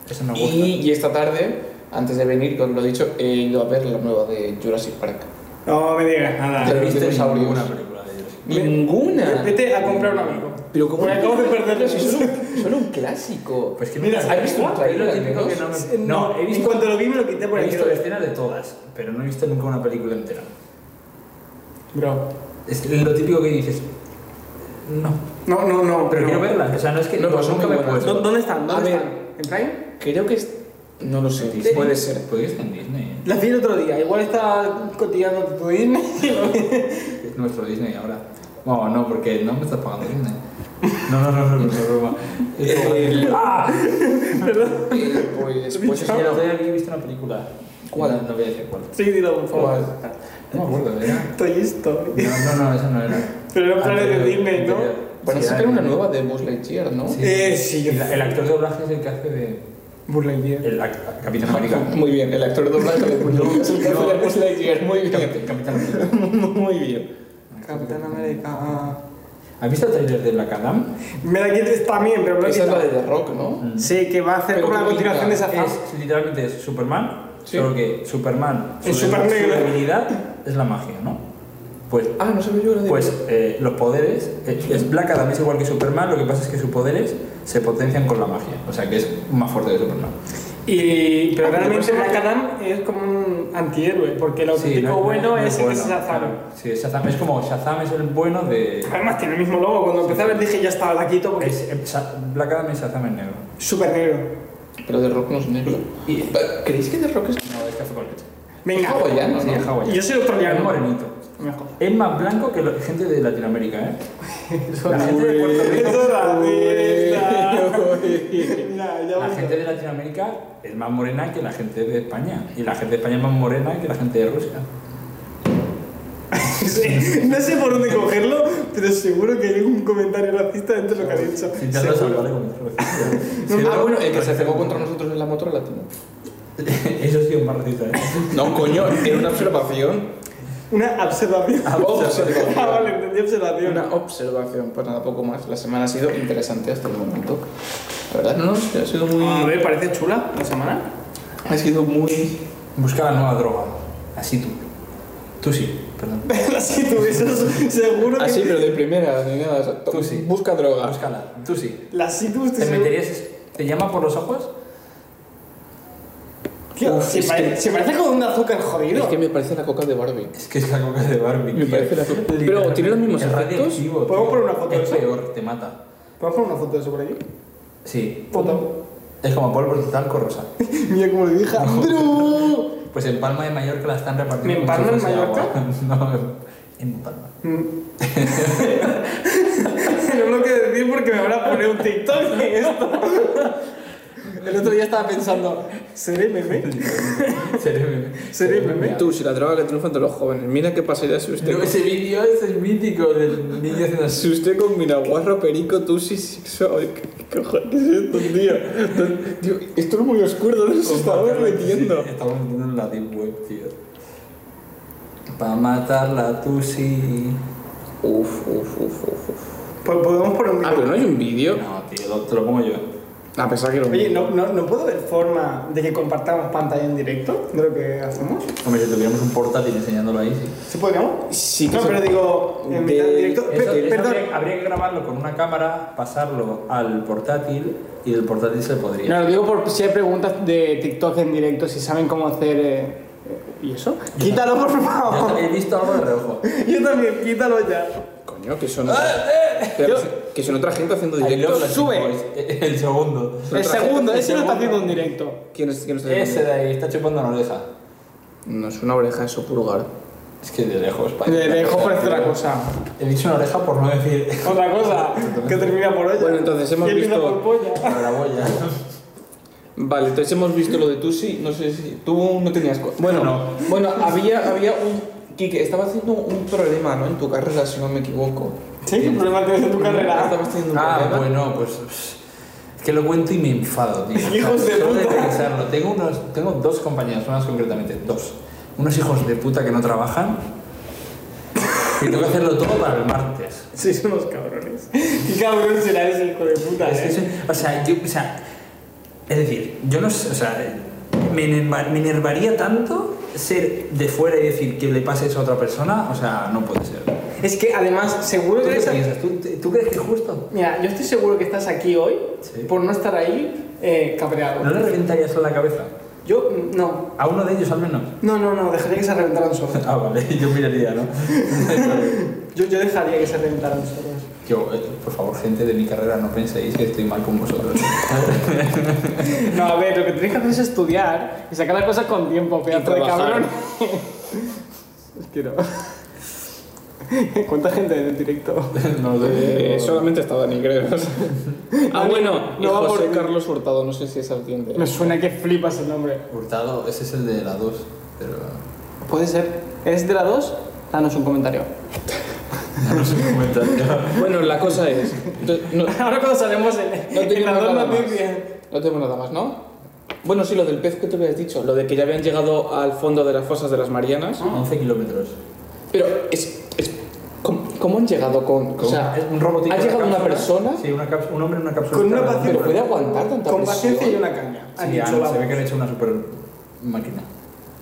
[SPEAKER 2] Eso me gusta.
[SPEAKER 4] Y, y esta tarde, antes de venir, que os lo he dicho, he ido a ver la nueva de Jurassic Park.
[SPEAKER 3] No me digas nada.
[SPEAKER 4] Pero
[SPEAKER 2] ¿No
[SPEAKER 4] los
[SPEAKER 2] viste
[SPEAKER 4] dinosaurios.
[SPEAKER 2] ninguna película de Jurassic?
[SPEAKER 4] ¡Ninguna!
[SPEAKER 3] Vete a comprar un amigo.
[SPEAKER 4] Pero como
[SPEAKER 3] Porque acabo de perderlo.
[SPEAKER 4] Eso es un, son un clásico.
[SPEAKER 2] Pues que
[SPEAKER 3] Mira,
[SPEAKER 2] nunca-
[SPEAKER 4] ¿has visto un
[SPEAKER 2] es
[SPEAKER 4] tráiler,
[SPEAKER 2] lo típico
[SPEAKER 4] al
[SPEAKER 2] que
[SPEAKER 4] menos?
[SPEAKER 2] no me- No, he
[SPEAKER 3] En
[SPEAKER 2] visto,
[SPEAKER 3] cuanto lo vi me lo quité por
[SPEAKER 2] he
[SPEAKER 3] el
[SPEAKER 2] visto
[SPEAKER 3] culo.
[SPEAKER 2] escenas de todas, pero no he visto nunca una película entera.
[SPEAKER 3] Bro.
[SPEAKER 2] Es lo típico que dices. No.
[SPEAKER 3] No, no, no.
[SPEAKER 2] Pero
[SPEAKER 3] no.
[SPEAKER 2] quiero verla. O sea, no es que
[SPEAKER 4] No,
[SPEAKER 2] no,
[SPEAKER 4] pues son
[SPEAKER 2] nunca
[SPEAKER 4] muy
[SPEAKER 2] me he
[SPEAKER 4] buenas.
[SPEAKER 2] puesto.
[SPEAKER 3] ¿Dó- ¿Dónde están? ¿Dónde
[SPEAKER 4] A ver.
[SPEAKER 3] están? ¿En Prime?
[SPEAKER 4] Creo que es... No lo sé,
[SPEAKER 2] Disney.
[SPEAKER 4] puede ser.
[SPEAKER 2] Puede que esté en Disney.
[SPEAKER 3] La vi el otro día. Igual está cotillando tu Disney.
[SPEAKER 2] eh. Es nuestro Disney ahora. Bueno, no, porque no me estás pagando Disney. No, no, no, no, no, no, broma. Es como- ¡Ah!
[SPEAKER 4] Eh, pues, pues
[SPEAKER 2] Es
[SPEAKER 4] es
[SPEAKER 2] que
[SPEAKER 4] que
[SPEAKER 2] el
[SPEAKER 4] no.
[SPEAKER 2] otro día había visto una película.
[SPEAKER 4] ¿Cuál?
[SPEAKER 2] No, no voy a decir cuál.
[SPEAKER 3] sí, dilo, por favor.
[SPEAKER 4] Guau.
[SPEAKER 2] No me acuerdo, era.
[SPEAKER 3] Estoy listo.
[SPEAKER 2] No, no, no, esa no era.
[SPEAKER 3] Pero era un plan de
[SPEAKER 2] Anterior,
[SPEAKER 3] Disney, ¿no?
[SPEAKER 2] anterior.
[SPEAKER 4] Bueno,
[SPEAKER 2] Sí,
[SPEAKER 4] sí que
[SPEAKER 2] era
[SPEAKER 4] era una
[SPEAKER 2] de-
[SPEAKER 4] nueva de Buzz Lightyear, ¿no?
[SPEAKER 2] Sí.
[SPEAKER 3] Eh, sí.
[SPEAKER 2] Y la- El actor de doblaje es el que hace de.
[SPEAKER 3] Burla y bien.
[SPEAKER 2] El act- Capitán América.
[SPEAKER 4] Muy bien, el actor de doblaje de Buzz Lightyear. Es el que hace de Buzz Lightyear, muy
[SPEAKER 2] Capitán
[SPEAKER 4] bien.
[SPEAKER 2] Capitán América.
[SPEAKER 4] Muy bien.
[SPEAKER 3] Capitán América. ah.
[SPEAKER 2] ¿Has visto el trailer de Black Adam?
[SPEAKER 3] Me la quites también, pero me la
[SPEAKER 4] Esa es la Mm. de
[SPEAKER 3] quitas.
[SPEAKER 4] The Rock, ¿no?
[SPEAKER 3] Sí, que va a hacer
[SPEAKER 4] Pero
[SPEAKER 3] como una
[SPEAKER 4] qué pinta.
[SPEAKER 3] continuación de esa fase.
[SPEAKER 2] Es literalmente es Superman,
[SPEAKER 4] Sí.
[SPEAKER 2] solo que Superman, su,
[SPEAKER 3] Es súper
[SPEAKER 2] su
[SPEAKER 3] negro.
[SPEAKER 2] debilidad es la magia, ¿no? Pues,
[SPEAKER 4] Ah, no sabía yo la de
[SPEAKER 2] pues eh, los poderes, eh, es Black Adam es igual que Superman, lo que pasa es que sus poderes se potencian con la magia, o sea que es más fuerte que Superman.
[SPEAKER 3] Y, pero
[SPEAKER 4] Ah, pero
[SPEAKER 3] realmente
[SPEAKER 4] por eso-
[SPEAKER 3] Black Adam es como un antihéroe, porque el auténtico
[SPEAKER 2] no- no-
[SPEAKER 3] bueno
[SPEAKER 2] no
[SPEAKER 3] es el que se
[SPEAKER 2] bueno,
[SPEAKER 3] Shazam.
[SPEAKER 2] claro. Sí, Shazam es como Shazam es el bueno de...
[SPEAKER 3] Además tiene el mismo logo, cuando empecé a ver dije ya estaba la quito porque es
[SPEAKER 2] es- eh, Sha- Black Adam y Shazam es negro.
[SPEAKER 3] súper negro.
[SPEAKER 4] Pero The Rock no es negro.
[SPEAKER 2] Y-
[SPEAKER 4] Pero, ¿Creéis que The Rock es
[SPEAKER 2] No, es café con leche.
[SPEAKER 3] Venga,
[SPEAKER 4] hawaiano,
[SPEAKER 2] Sí, es
[SPEAKER 4] no?
[SPEAKER 2] hawaiano.
[SPEAKER 3] yo soy australiano.
[SPEAKER 2] Es morenito.
[SPEAKER 3] Mejor.
[SPEAKER 2] Es más blanco que la gente de Latinoamérica, ¿eh? La gente de Puerto Rico-
[SPEAKER 3] Eso es racista. Mira, ya
[SPEAKER 2] La
[SPEAKER 3] voy.
[SPEAKER 2] gente de Latinoamérica es más morena que la gente de España. Y la gente de España es más morena que la gente de Rusia.
[SPEAKER 3] Sí, No sé por dónde cogerlo, pero seguro que hay un comentario racista dentro de lo que ha dicho.
[SPEAKER 2] Si te has dado
[SPEAKER 3] Seguro.
[SPEAKER 2] salvar de
[SPEAKER 4] Ah, bueno, el que se pegó contra nosotros en la moto era latino.
[SPEAKER 2] Eso sí es más racista. ¿eh?
[SPEAKER 4] No, coño, era una observación.
[SPEAKER 3] Una observación.
[SPEAKER 4] Ah, observación.
[SPEAKER 3] Ah, vale, entendí observación.
[SPEAKER 4] Una observación, pues nada, poco más. La semana ha sido interesante hasta el momento. La verdad, no, no, ha sido
[SPEAKER 3] A
[SPEAKER 4] muy.
[SPEAKER 3] ver, parece chula la semana.
[SPEAKER 4] Ha sido muy.
[SPEAKER 2] Busca la nueva droga. Así tú. Tú sí, perdón.
[SPEAKER 3] Así tú, eso es seguro que...
[SPEAKER 4] Así, pero de primera, ni nada. o sea, to-
[SPEAKER 2] Tú sí.
[SPEAKER 4] Busca drogas.
[SPEAKER 2] Búscala. Tú sí.
[SPEAKER 3] La situ estoy
[SPEAKER 2] ¿Te
[SPEAKER 3] seguro-
[SPEAKER 2] meterías? ¿Te llama por los ojos?
[SPEAKER 3] Tío,
[SPEAKER 4] Uf,
[SPEAKER 3] se,
[SPEAKER 4] es
[SPEAKER 3] pare-
[SPEAKER 4] que-
[SPEAKER 3] se parece con un azúcar jodido.
[SPEAKER 4] Es que me parece la coca de Barbie.
[SPEAKER 2] Es que es la coca de Barbie.
[SPEAKER 4] Me
[SPEAKER 2] tío.
[SPEAKER 4] parece la coca. Pero, ¿tiene los mismos
[SPEAKER 2] Es
[SPEAKER 4] efectos?
[SPEAKER 2] radioactivo, tío.
[SPEAKER 3] ¿Podemos poner una foto de
[SPEAKER 2] Es
[SPEAKER 3] eso?
[SPEAKER 2] peor, te mata.
[SPEAKER 3] ¿Podemos poner una foto de eso por aquí?
[SPEAKER 2] Sí.
[SPEAKER 3] Foto.
[SPEAKER 2] Es como polvo de talco rosa.
[SPEAKER 3] Mira cómo le dije. ¡Bro!
[SPEAKER 2] Pues en Palma de Mallorca la están repartiendo. como si
[SPEAKER 3] ¿En Palma de
[SPEAKER 2] fuese
[SPEAKER 3] Mallorca?
[SPEAKER 2] agua. no, en Palma.
[SPEAKER 3] no lo que decir porque me van a poner un TikTok en esto. El otro día estaba pensando, ¿seré meme?
[SPEAKER 2] Seré meme.
[SPEAKER 3] ¿Seré meme?
[SPEAKER 4] Tú, si la droga que triunfa entre los jóvenes, mira qué pasaría si usted.
[SPEAKER 2] No, ese vídeo ese es mítico del niño haciendo así.
[SPEAKER 4] Si usted combina guarro, perico, tú sí, sí, so- ¿Qué, qué, cojones es esto, tío? Tío, esto es muy oscuro, ¿dónde se estamos metiendo?
[SPEAKER 2] Sí, Estamos metiendo en la deep web, tío. Pa' matarla tú sí.
[SPEAKER 4] Uf, uf, uf, uf, uf.
[SPEAKER 3] Pues podemos poner un
[SPEAKER 4] Ah,
[SPEAKER 3] vídeo.
[SPEAKER 4] pero no hay un vídeo.
[SPEAKER 2] No, tío, lo- te lo pongo yo.
[SPEAKER 4] A pesar que lo
[SPEAKER 3] Oye, ¿no, no, no puedo ver forma de que compartamos pantalla en directo de lo que hacemos?
[SPEAKER 2] Hombre, si tuviéramos un portátil enseñándolo ahí, sí. Eh,
[SPEAKER 3] ¿Sí podríamos?
[SPEAKER 4] Sí que
[SPEAKER 3] No,
[SPEAKER 4] se-
[SPEAKER 3] pero digo, en
[SPEAKER 4] de-
[SPEAKER 3] mitad de directo. Pe-
[SPEAKER 2] Eso- eso
[SPEAKER 3] perdón.
[SPEAKER 2] habría, habría que grabarlo con una cámara, pasarlo al portátil y del portátil se podría.
[SPEAKER 1] No, lo digo por si hay preguntas de TikTok en directo, si saben cómo hacer. eh, ¿Y eso?
[SPEAKER 3] Quítalo, por favor.
[SPEAKER 2] Yo he visto algo de reojo.
[SPEAKER 3] Yo también, quítalo ya.
[SPEAKER 4] Coño, que son otra... Espera, que son- que son otra gente haciendo directo.
[SPEAKER 2] Directo, sube. El segundo.
[SPEAKER 1] El segundo, ese lo está haciendo en directo.
[SPEAKER 4] ¿Quién es- quién está
[SPEAKER 2] Ese
[SPEAKER 4] haciendo?
[SPEAKER 2] de ahí está chupando una oreja.
[SPEAKER 4] No es una oreja, es un pulgar.
[SPEAKER 2] Es que de lejos, pa-
[SPEAKER 3] Le dejo por hacer otra cosa.
[SPEAKER 2] He dicho una oreja por no decir.
[SPEAKER 3] Otra cosa que termina por olla.
[SPEAKER 4] Bueno, entonces hemos
[SPEAKER 3] Y empieza
[SPEAKER 4] visto-
[SPEAKER 3] por polla.
[SPEAKER 2] La grabó ya.
[SPEAKER 4] Vale, entonces hemos visto lo de Tusi, no sé si tú no tenías co- Bueno, bueno, había había un Quique, estaba haciendo un problema, ¿no? En tu carrera, si no me equivoco.
[SPEAKER 3] Sí, ¿qué problema tienes en tu carrera?
[SPEAKER 4] Estabas teniendo un
[SPEAKER 2] Ah,
[SPEAKER 4] problema.
[SPEAKER 2] bueno, pues. Es que lo cuento y me enfado, tío.
[SPEAKER 3] Hijos de
[SPEAKER 2] Solo
[SPEAKER 3] puta.
[SPEAKER 2] pensarlo. Tengo, unos, tengo dos compañeros, más concretamente, dos. Unos hijos de puta que no trabajan. Y tengo que hacerlo todo para el martes.
[SPEAKER 3] Sí, son unos cabrones. ¿Qué cabrón será ese hijo de puta?
[SPEAKER 2] Es que
[SPEAKER 3] eh?
[SPEAKER 2] eso- o sea, yo, o sea, es decir, yo no sé, o sea, me, enerva- me enervaría tanto ser de fuera y decir que le pase eso a otra persona, o sea, no puede ser.
[SPEAKER 3] Es que además, seguro
[SPEAKER 2] ¿Tú
[SPEAKER 3] que
[SPEAKER 2] qué
[SPEAKER 3] eres
[SPEAKER 2] piensas? ¿Tú, tú crees que es justo?
[SPEAKER 3] Mira, yo estoy seguro que estás aquí hoy
[SPEAKER 2] Sí.
[SPEAKER 3] por no estar ahí eh, cabreado.
[SPEAKER 2] ¿No le reventarías la cabeza?
[SPEAKER 3] Yo, mm, no.
[SPEAKER 2] A uno de ellos al menos.
[SPEAKER 3] No, no, no, dejaría que se reventaran solos.
[SPEAKER 2] Ah, vale, yo miraría, ¿no?
[SPEAKER 3] Yo, yo dejaría que se reventaran solos.
[SPEAKER 2] Yo, eh, por favor, gente de mi carrera, no penséis que estoy mal con vosotros.
[SPEAKER 1] No, a ver, lo que tienes que hacer es estudiar y sacar las cosas con tiempo, pedazo de
[SPEAKER 4] trabajar.
[SPEAKER 1] cabrón. Quiero. ¿Cuánta gente hay en directo?
[SPEAKER 2] no lo
[SPEAKER 4] Eh, solamente está Dani, creo. ah, bueno,
[SPEAKER 1] no
[SPEAKER 4] y
[SPEAKER 1] va
[SPEAKER 4] José
[SPEAKER 1] por-
[SPEAKER 4] Carlos Hurtado, no sé si es atiende.
[SPEAKER 1] Me suena que flipas el nombre.
[SPEAKER 2] Hurtado, ese es el de la 2, pero...
[SPEAKER 1] Puede ser. ¿Es de la 2? Danos un comentario.
[SPEAKER 2] No sé comentario.
[SPEAKER 4] Bueno, la cosa es. entonces, No,
[SPEAKER 3] Ahora cuando salemos en,
[SPEAKER 4] No
[SPEAKER 3] en
[SPEAKER 4] tenemos
[SPEAKER 3] las dos
[SPEAKER 4] nada más.
[SPEAKER 3] noticias.
[SPEAKER 4] No tengo nada más, ¿no? Bueno, sí, lo del pez que te habías dicho, lo de que ya habían llegado al fondo de las fosas de las Marianas.
[SPEAKER 2] 11 kilómetros.
[SPEAKER 4] Pero es. es- ¿cómo, cómo han llegado con.? O sea,
[SPEAKER 2] Es un robotito.
[SPEAKER 4] ¿Ha llegado una
[SPEAKER 2] cápsula.
[SPEAKER 4] persona?
[SPEAKER 2] Sí, una cápsula- un hombre en una cápsula.
[SPEAKER 3] Con una
[SPEAKER 2] Claro.
[SPEAKER 3] paciencia-
[SPEAKER 4] ¿Pero puede aguantar tanta
[SPEAKER 3] Con
[SPEAKER 4] presión?
[SPEAKER 3] paciencia y una caña. Han
[SPEAKER 2] Sí,
[SPEAKER 3] dicho,
[SPEAKER 2] han-
[SPEAKER 3] vamos.
[SPEAKER 2] se ve que han hecho una super máquina.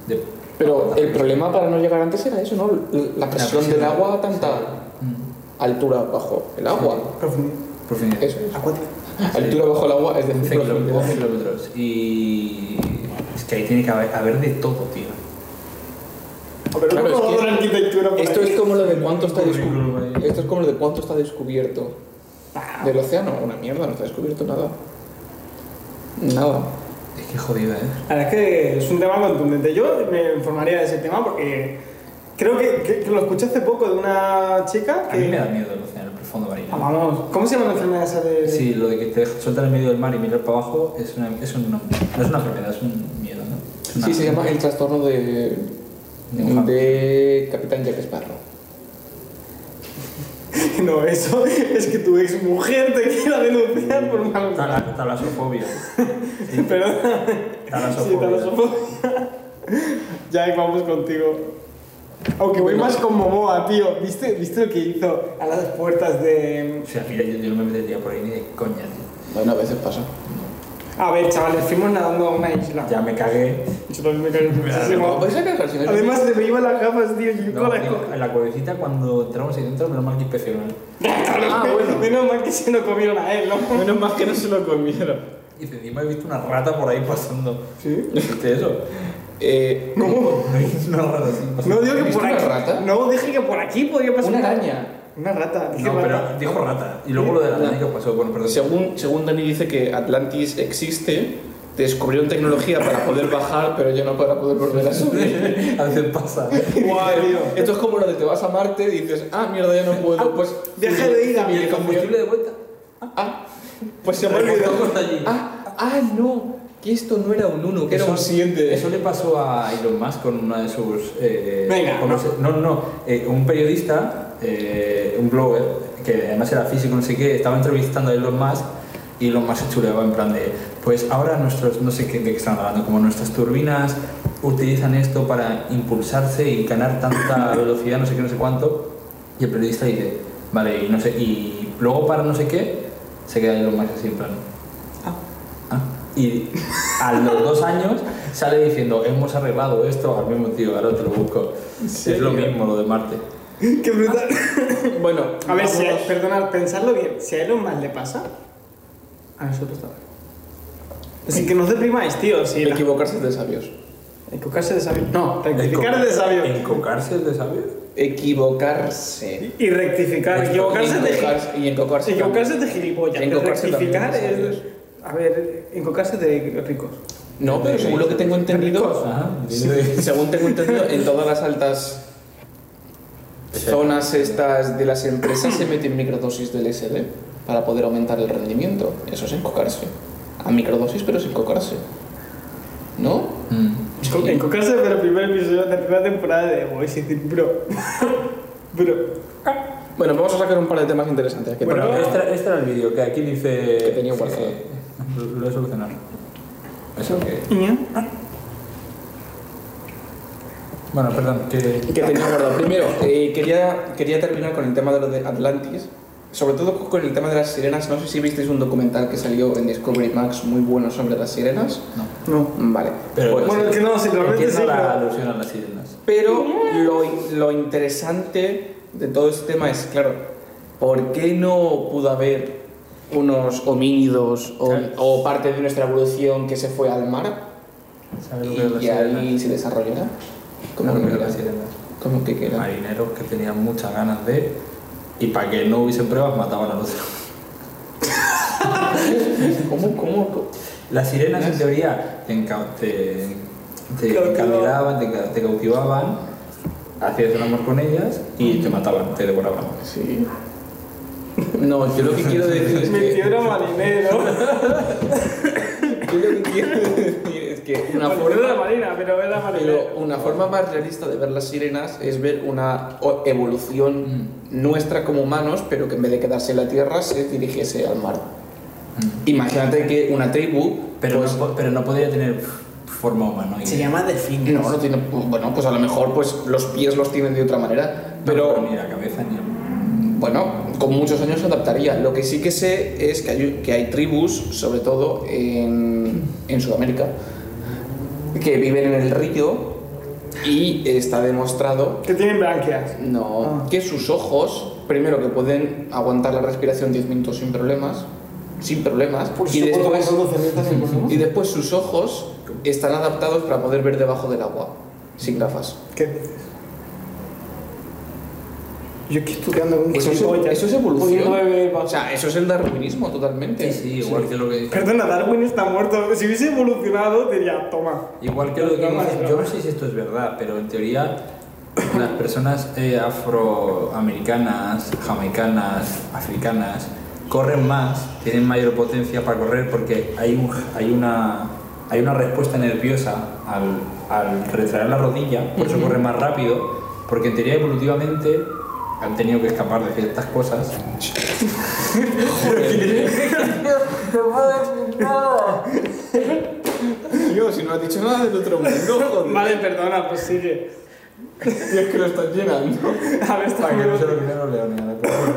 [SPEAKER 2] De- Ah,
[SPEAKER 4] Pero el problema para no llegar antes era eso, ¿no? L- La presión
[SPEAKER 2] presión. Mm.
[SPEAKER 4] del agua a tanta altura bajo el agua.
[SPEAKER 3] Profundidad.
[SPEAKER 2] Por fin.
[SPEAKER 4] Eso es.
[SPEAKER 3] Acuática.
[SPEAKER 4] Altura bajo el agua es
[SPEAKER 2] 11
[SPEAKER 4] decir,
[SPEAKER 2] kilómetros,
[SPEAKER 4] profundidad.
[SPEAKER 2] 11 kilómetros. Y. Es que ahí tiene que haber, haber de todo, tío.
[SPEAKER 3] Pero
[SPEAKER 4] Claro,
[SPEAKER 3] no
[SPEAKER 4] es
[SPEAKER 3] puedo
[SPEAKER 4] que
[SPEAKER 3] dar arquitectura por
[SPEAKER 4] Esto
[SPEAKER 3] ahí.
[SPEAKER 4] es como lo de cuánto está
[SPEAKER 2] Currículum
[SPEAKER 4] descubierto.
[SPEAKER 2] ahí.
[SPEAKER 4] Esto es como lo de cuánto está descubierto del océano. Una mierda, no está descubierto nada. Nada.
[SPEAKER 2] Es que jodido, ¿eh?
[SPEAKER 3] La verdad es que es un tema contundente. Yo me informaría de ese tema porque creo que, que- que lo escuché hace poco de una chica
[SPEAKER 2] A
[SPEAKER 3] que.
[SPEAKER 2] mí me da miedo el océano, el profundo marino.
[SPEAKER 3] Ah, vamos, ¿cómo se llama la enfermedad esa de.?
[SPEAKER 2] Sí, lo de que te sueltan en medio del mar y mirar para abajo es una, es un- no es una enfermedad, es un miedo, ¿no? Es una-
[SPEAKER 4] Sí, se llama el trastorno de. de Capitán Jack Sparrow.
[SPEAKER 3] No, eso es que tu ex mujer te quiera denunciar por mal.
[SPEAKER 2] Tala- Talasofobia.
[SPEAKER 3] Perdón. Sí,
[SPEAKER 2] Talasofobia.
[SPEAKER 3] talasofobia. Jack, vamos contigo. Aunque voy más con Momoa, tío. ¿Viste, ¿Viste lo que hizo a las puertas de.
[SPEAKER 2] O sea, mira, yo, yo no me metería por ahí ni de coña, tío.
[SPEAKER 4] Bueno, a veces pasa.
[SPEAKER 3] A ver, chavales, fuimos nadando a una isla.
[SPEAKER 2] Ya pues, me cagué.
[SPEAKER 3] Yo también me caí muchísimo.
[SPEAKER 4] ¿Vais a cargar si no es-
[SPEAKER 3] Además, se me iban las gafas, tío. Yo
[SPEAKER 2] No,
[SPEAKER 3] con la-
[SPEAKER 2] digo, en la cuevecita cuando entramos ahí dentro, menos mal que inspeccionaron.
[SPEAKER 3] Ah, bueno. Menos mal que se lo comieron a él, ¿no?
[SPEAKER 4] Menos mal que no se lo comieron.
[SPEAKER 2] Y dice, encima he visto una rata por ahí pasando.
[SPEAKER 3] Sí.
[SPEAKER 2] ¿Viste eso?
[SPEAKER 4] Eh,
[SPEAKER 3] No,
[SPEAKER 2] una rata así pasando.
[SPEAKER 3] no digo que
[SPEAKER 4] ¿Viste
[SPEAKER 3] por
[SPEAKER 4] una
[SPEAKER 3] aquí.
[SPEAKER 4] rata?
[SPEAKER 3] No, dije que por aquí podía pasar
[SPEAKER 4] una araña.
[SPEAKER 3] Una rata. Dije
[SPEAKER 2] No,
[SPEAKER 3] rata.
[SPEAKER 2] pero dijo rata. Y luego lo de la araña que pasó. Bueno, perdón.
[SPEAKER 4] Según, según Dani dice que Atlantis existe, descubrieron tecnología para poder bajar, pero ya no para poder volver a subir.
[SPEAKER 2] A veces pasa.
[SPEAKER 3] Guau, tío.
[SPEAKER 4] Esto es como lo de te vas a Marte y dices, ah, mierda, ya no puedo, pues...
[SPEAKER 3] Viaje de ida.
[SPEAKER 2] Y el combustible de vuelta.
[SPEAKER 4] Ah, pues se me ha
[SPEAKER 2] Remontamos
[SPEAKER 4] olvidado.
[SPEAKER 2] hasta allí.
[SPEAKER 4] Ah, ah, no, que esto no era un 1, que era un 7.
[SPEAKER 2] Eso le pasó a Elon Musk con una de sus. eh,
[SPEAKER 3] Venga,
[SPEAKER 2] con
[SPEAKER 3] no.
[SPEAKER 2] los- no, no, eh, un periodista, eh, un blogger, que además era físico, no sé qué, estaba entrevistando a Elon Musk y Elon Musk se chuleaba en plan de. Pues ahora nuestros, no sé qué, de qué estaban hablando, como nuestras turbinas utilizan esto para impulsarse y ganar tanta velocidad, no sé qué, no sé cuánto. Y el periodista dice. Vale, y no sé, y luego para no sé qué, se queda Elon Musk así en plan. Ah. Y a los dos años sale diciendo, hemos arreglado esto al mismo tío, ahora te lo busco. Es lo mismo lo de Marte.
[SPEAKER 3] Qué brutal.
[SPEAKER 4] Bueno,
[SPEAKER 3] A ver, si a-
[SPEAKER 4] vámonos.
[SPEAKER 3] perdona, pensarlo bien. Si a Elon más le pasa, a nosotros también. Así que no os deprimáis, tío. Si la-
[SPEAKER 4] equivocarse es de sabios.
[SPEAKER 3] Equivocarse de sabio. No, rectificar es de sabio.
[SPEAKER 2] ¿Encocarse es de sabio?
[SPEAKER 4] Equivocarse.
[SPEAKER 3] Y rectificar.
[SPEAKER 4] Pues
[SPEAKER 3] Equivocarse es de
[SPEAKER 4] Encocarse-
[SPEAKER 3] gilipollas.
[SPEAKER 4] y encocarse.
[SPEAKER 3] Equivocarse es
[SPEAKER 4] también.
[SPEAKER 3] de gilipollas. pero
[SPEAKER 4] Encocarse también
[SPEAKER 3] rectificar
[SPEAKER 4] es de
[SPEAKER 3] es.
[SPEAKER 4] sabios.
[SPEAKER 3] A ver, encocarse es de ricos.
[SPEAKER 4] No, pero según lo que tengo entendido,
[SPEAKER 2] Ajá,
[SPEAKER 4] sí, según tengo entendido, en todas las altas zonas estas de las empresas se meten microdosis del SD para poder aumentar el rendimiento. Eso es encocarse. A microdosis, pero es encocarse. ¿No?
[SPEAKER 2] Mm.
[SPEAKER 4] Sí.
[SPEAKER 3] Enco- Encocarse pero el primer episodio de la primera temporada de Voice y decir, bro. bro.
[SPEAKER 4] Bueno, vamos a sacar un par de temas interesantes. Que
[SPEAKER 3] Bueno,
[SPEAKER 4] tengo.
[SPEAKER 2] Bueno, este, era- este era el vídeo que aquí dice.
[SPEAKER 4] Que tenía
[SPEAKER 2] sí,
[SPEAKER 4] guardado.
[SPEAKER 2] sí, lo- Lo he solucionado. Eso que. Bueno, perdón, que.
[SPEAKER 4] que tenía guardado. Primero, eh, quería, quería terminar con el tema de lo de Atlantis, sobre todo con el tema de las sirenas. No sé si visteis un documental que salió en Discovery Max muy bueno sobre las sirenas.
[SPEAKER 3] No.
[SPEAKER 4] Vale.
[SPEAKER 2] Pero-
[SPEAKER 4] Pues-
[SPEAKER 3] Bueno, que no, si realmente sí,
[SPEAKER 2] Entiendo la
[SPEAKER 3] pero.
[SPEAKER 2] alusión a las sirenas.
[SPEAKER 4] pero lo, lo interesante de todo este tema es, claro, ¿por qué no pudo haber unos homínidos o,
[SPEAKER 2] Claro.
[SPEAKER 4] o parte de nuestra evolución que se fue al mar
[SPEAKER 2] ¿Sabes lo que es las
[SPEAKER 4] y,
[SPEAKER 2] sirenas?
[SPEAKER 4] ahí se desarrollará? ¿Cómo
[SPEAKER 2] ¿Sabes
[SPEAKER 4] que
[SPEAKER 2] lo que es
[SPEAKER 4] era?
[SPEAKER 2] las sirenas?
[SPEAKER 4] ¿Cómo que era?
[SPEAKER 2] Marineros que tenían muchas ganas de. Y para que no hubiesen pruebas, mataban al otro.
[SPEAKER 4] ¿Cómo, cómo, cómo?
[SPEAKER 2] Las sirenas, en teoría, te, encau- te, te
[SPEAKER 3] Cautivaban.
[SPEAKER 2] encadenaban, te, ca- te cautivaban, hacías el amor con ellas y te mataban, te devoraban.
[SPEAKER 4] Sí. No, yo lo que quiero decir es que.
[SPEAKER 3] Mentira marinero.
[SPEAKER 4] Yo lo que quiero decir es que una
[SPEAKER 3] Bueno, no era
[SPEAKER 4] forma.
[SPEAKER 3] marina, pero era
[SPEAKER 4] Pero
[SPEAKER 3] marinero.
[SPEAKER 4] una forma más realista de ver las sirenas es ver una o- evolución nuestra como humanos, pero que en vez de quedarse en la tierra se dirigiese al mar. Mm. Imagínate que una tribu.
[SPEAKER 2] Pero,
[SPEAKER 4] pues,
[SPEAKER 2] no, po- pero no podría tener forma humana.
[SPEAKER 3] delfín.
[SPEAKER 4] no, no tiene. Bueno, pues a lo mejor pues los pies los tienen de otra manera. Pero.
[SPEAKER 2] ni la cabeza ni el...
[SPEAKER 4] Bueno, con muchos años se adaptaría. Lo que sí que sé es que hay, que hay tribus, sobre todo en, en Sudamérica, que viven en el río y está demostrado
[SPEAKER 3] Que tienen branquias.
[SPEAKER 2] Ah.
[SPEAKER 4] no, que sus ojos, primero que pueden aguantar la respiración 10 minutos sin problemas, sin problemas,
[SPEAKER 2] Pues
[SPEAKER 4] y después, y después sus ojos están adaptados para poder ver debajo del agua, sin gafas.
[SPEAKER 3] ¿Qué dices? Yo aquí estudiando
[SPEAKER 2] Pues
[SPEAKER 3] con un
[SPEAKER 4] Eso es,
[SPEAKER 3] gilipollas.
[SPEAKER 4] eso es evolución.
[SPEAKER 3] Poniéndome bebas.
[SPEAKER 4] O sea, eso es el darwinismo totalmente.
[SPEAKER 2] Sí, sí, igual que lo que...
[SPEAKER 3] Perdona, Darwin está muerto. Si hubiese evolucionado, diría, toma.
[SPEAKER 2] Igual que lo que...
[SPEAKER 3] Broma,
[SPEAKER 2] hemos- Yo no sé si esto es verdad, pero en teoría las personas eh, afroamericanas, jamaicanas, africanas, corren más, tienen mayor potencia para correr porque hay, un, hay, una, hay una respuesta nerviosa al, al retraer la rodilla, por eso corren más rápido, porque en teoría evolutivamente han tenido que escapar de ciertas cosas.
[SPEAKER 4] Dios, si no has dicho nada del otro mundo, joder.
[SPEAKER 3] Vale, perdona, pues sigue.
[SPEAKER 4] Si es que lo estás llenando.
[SPEAKER 3] A ver, está
[SPEAKER 2] Para que no se
[SPEAKER 3] muy-
[SPEAKER 2] lo crean los leones, ¿de acuerdo?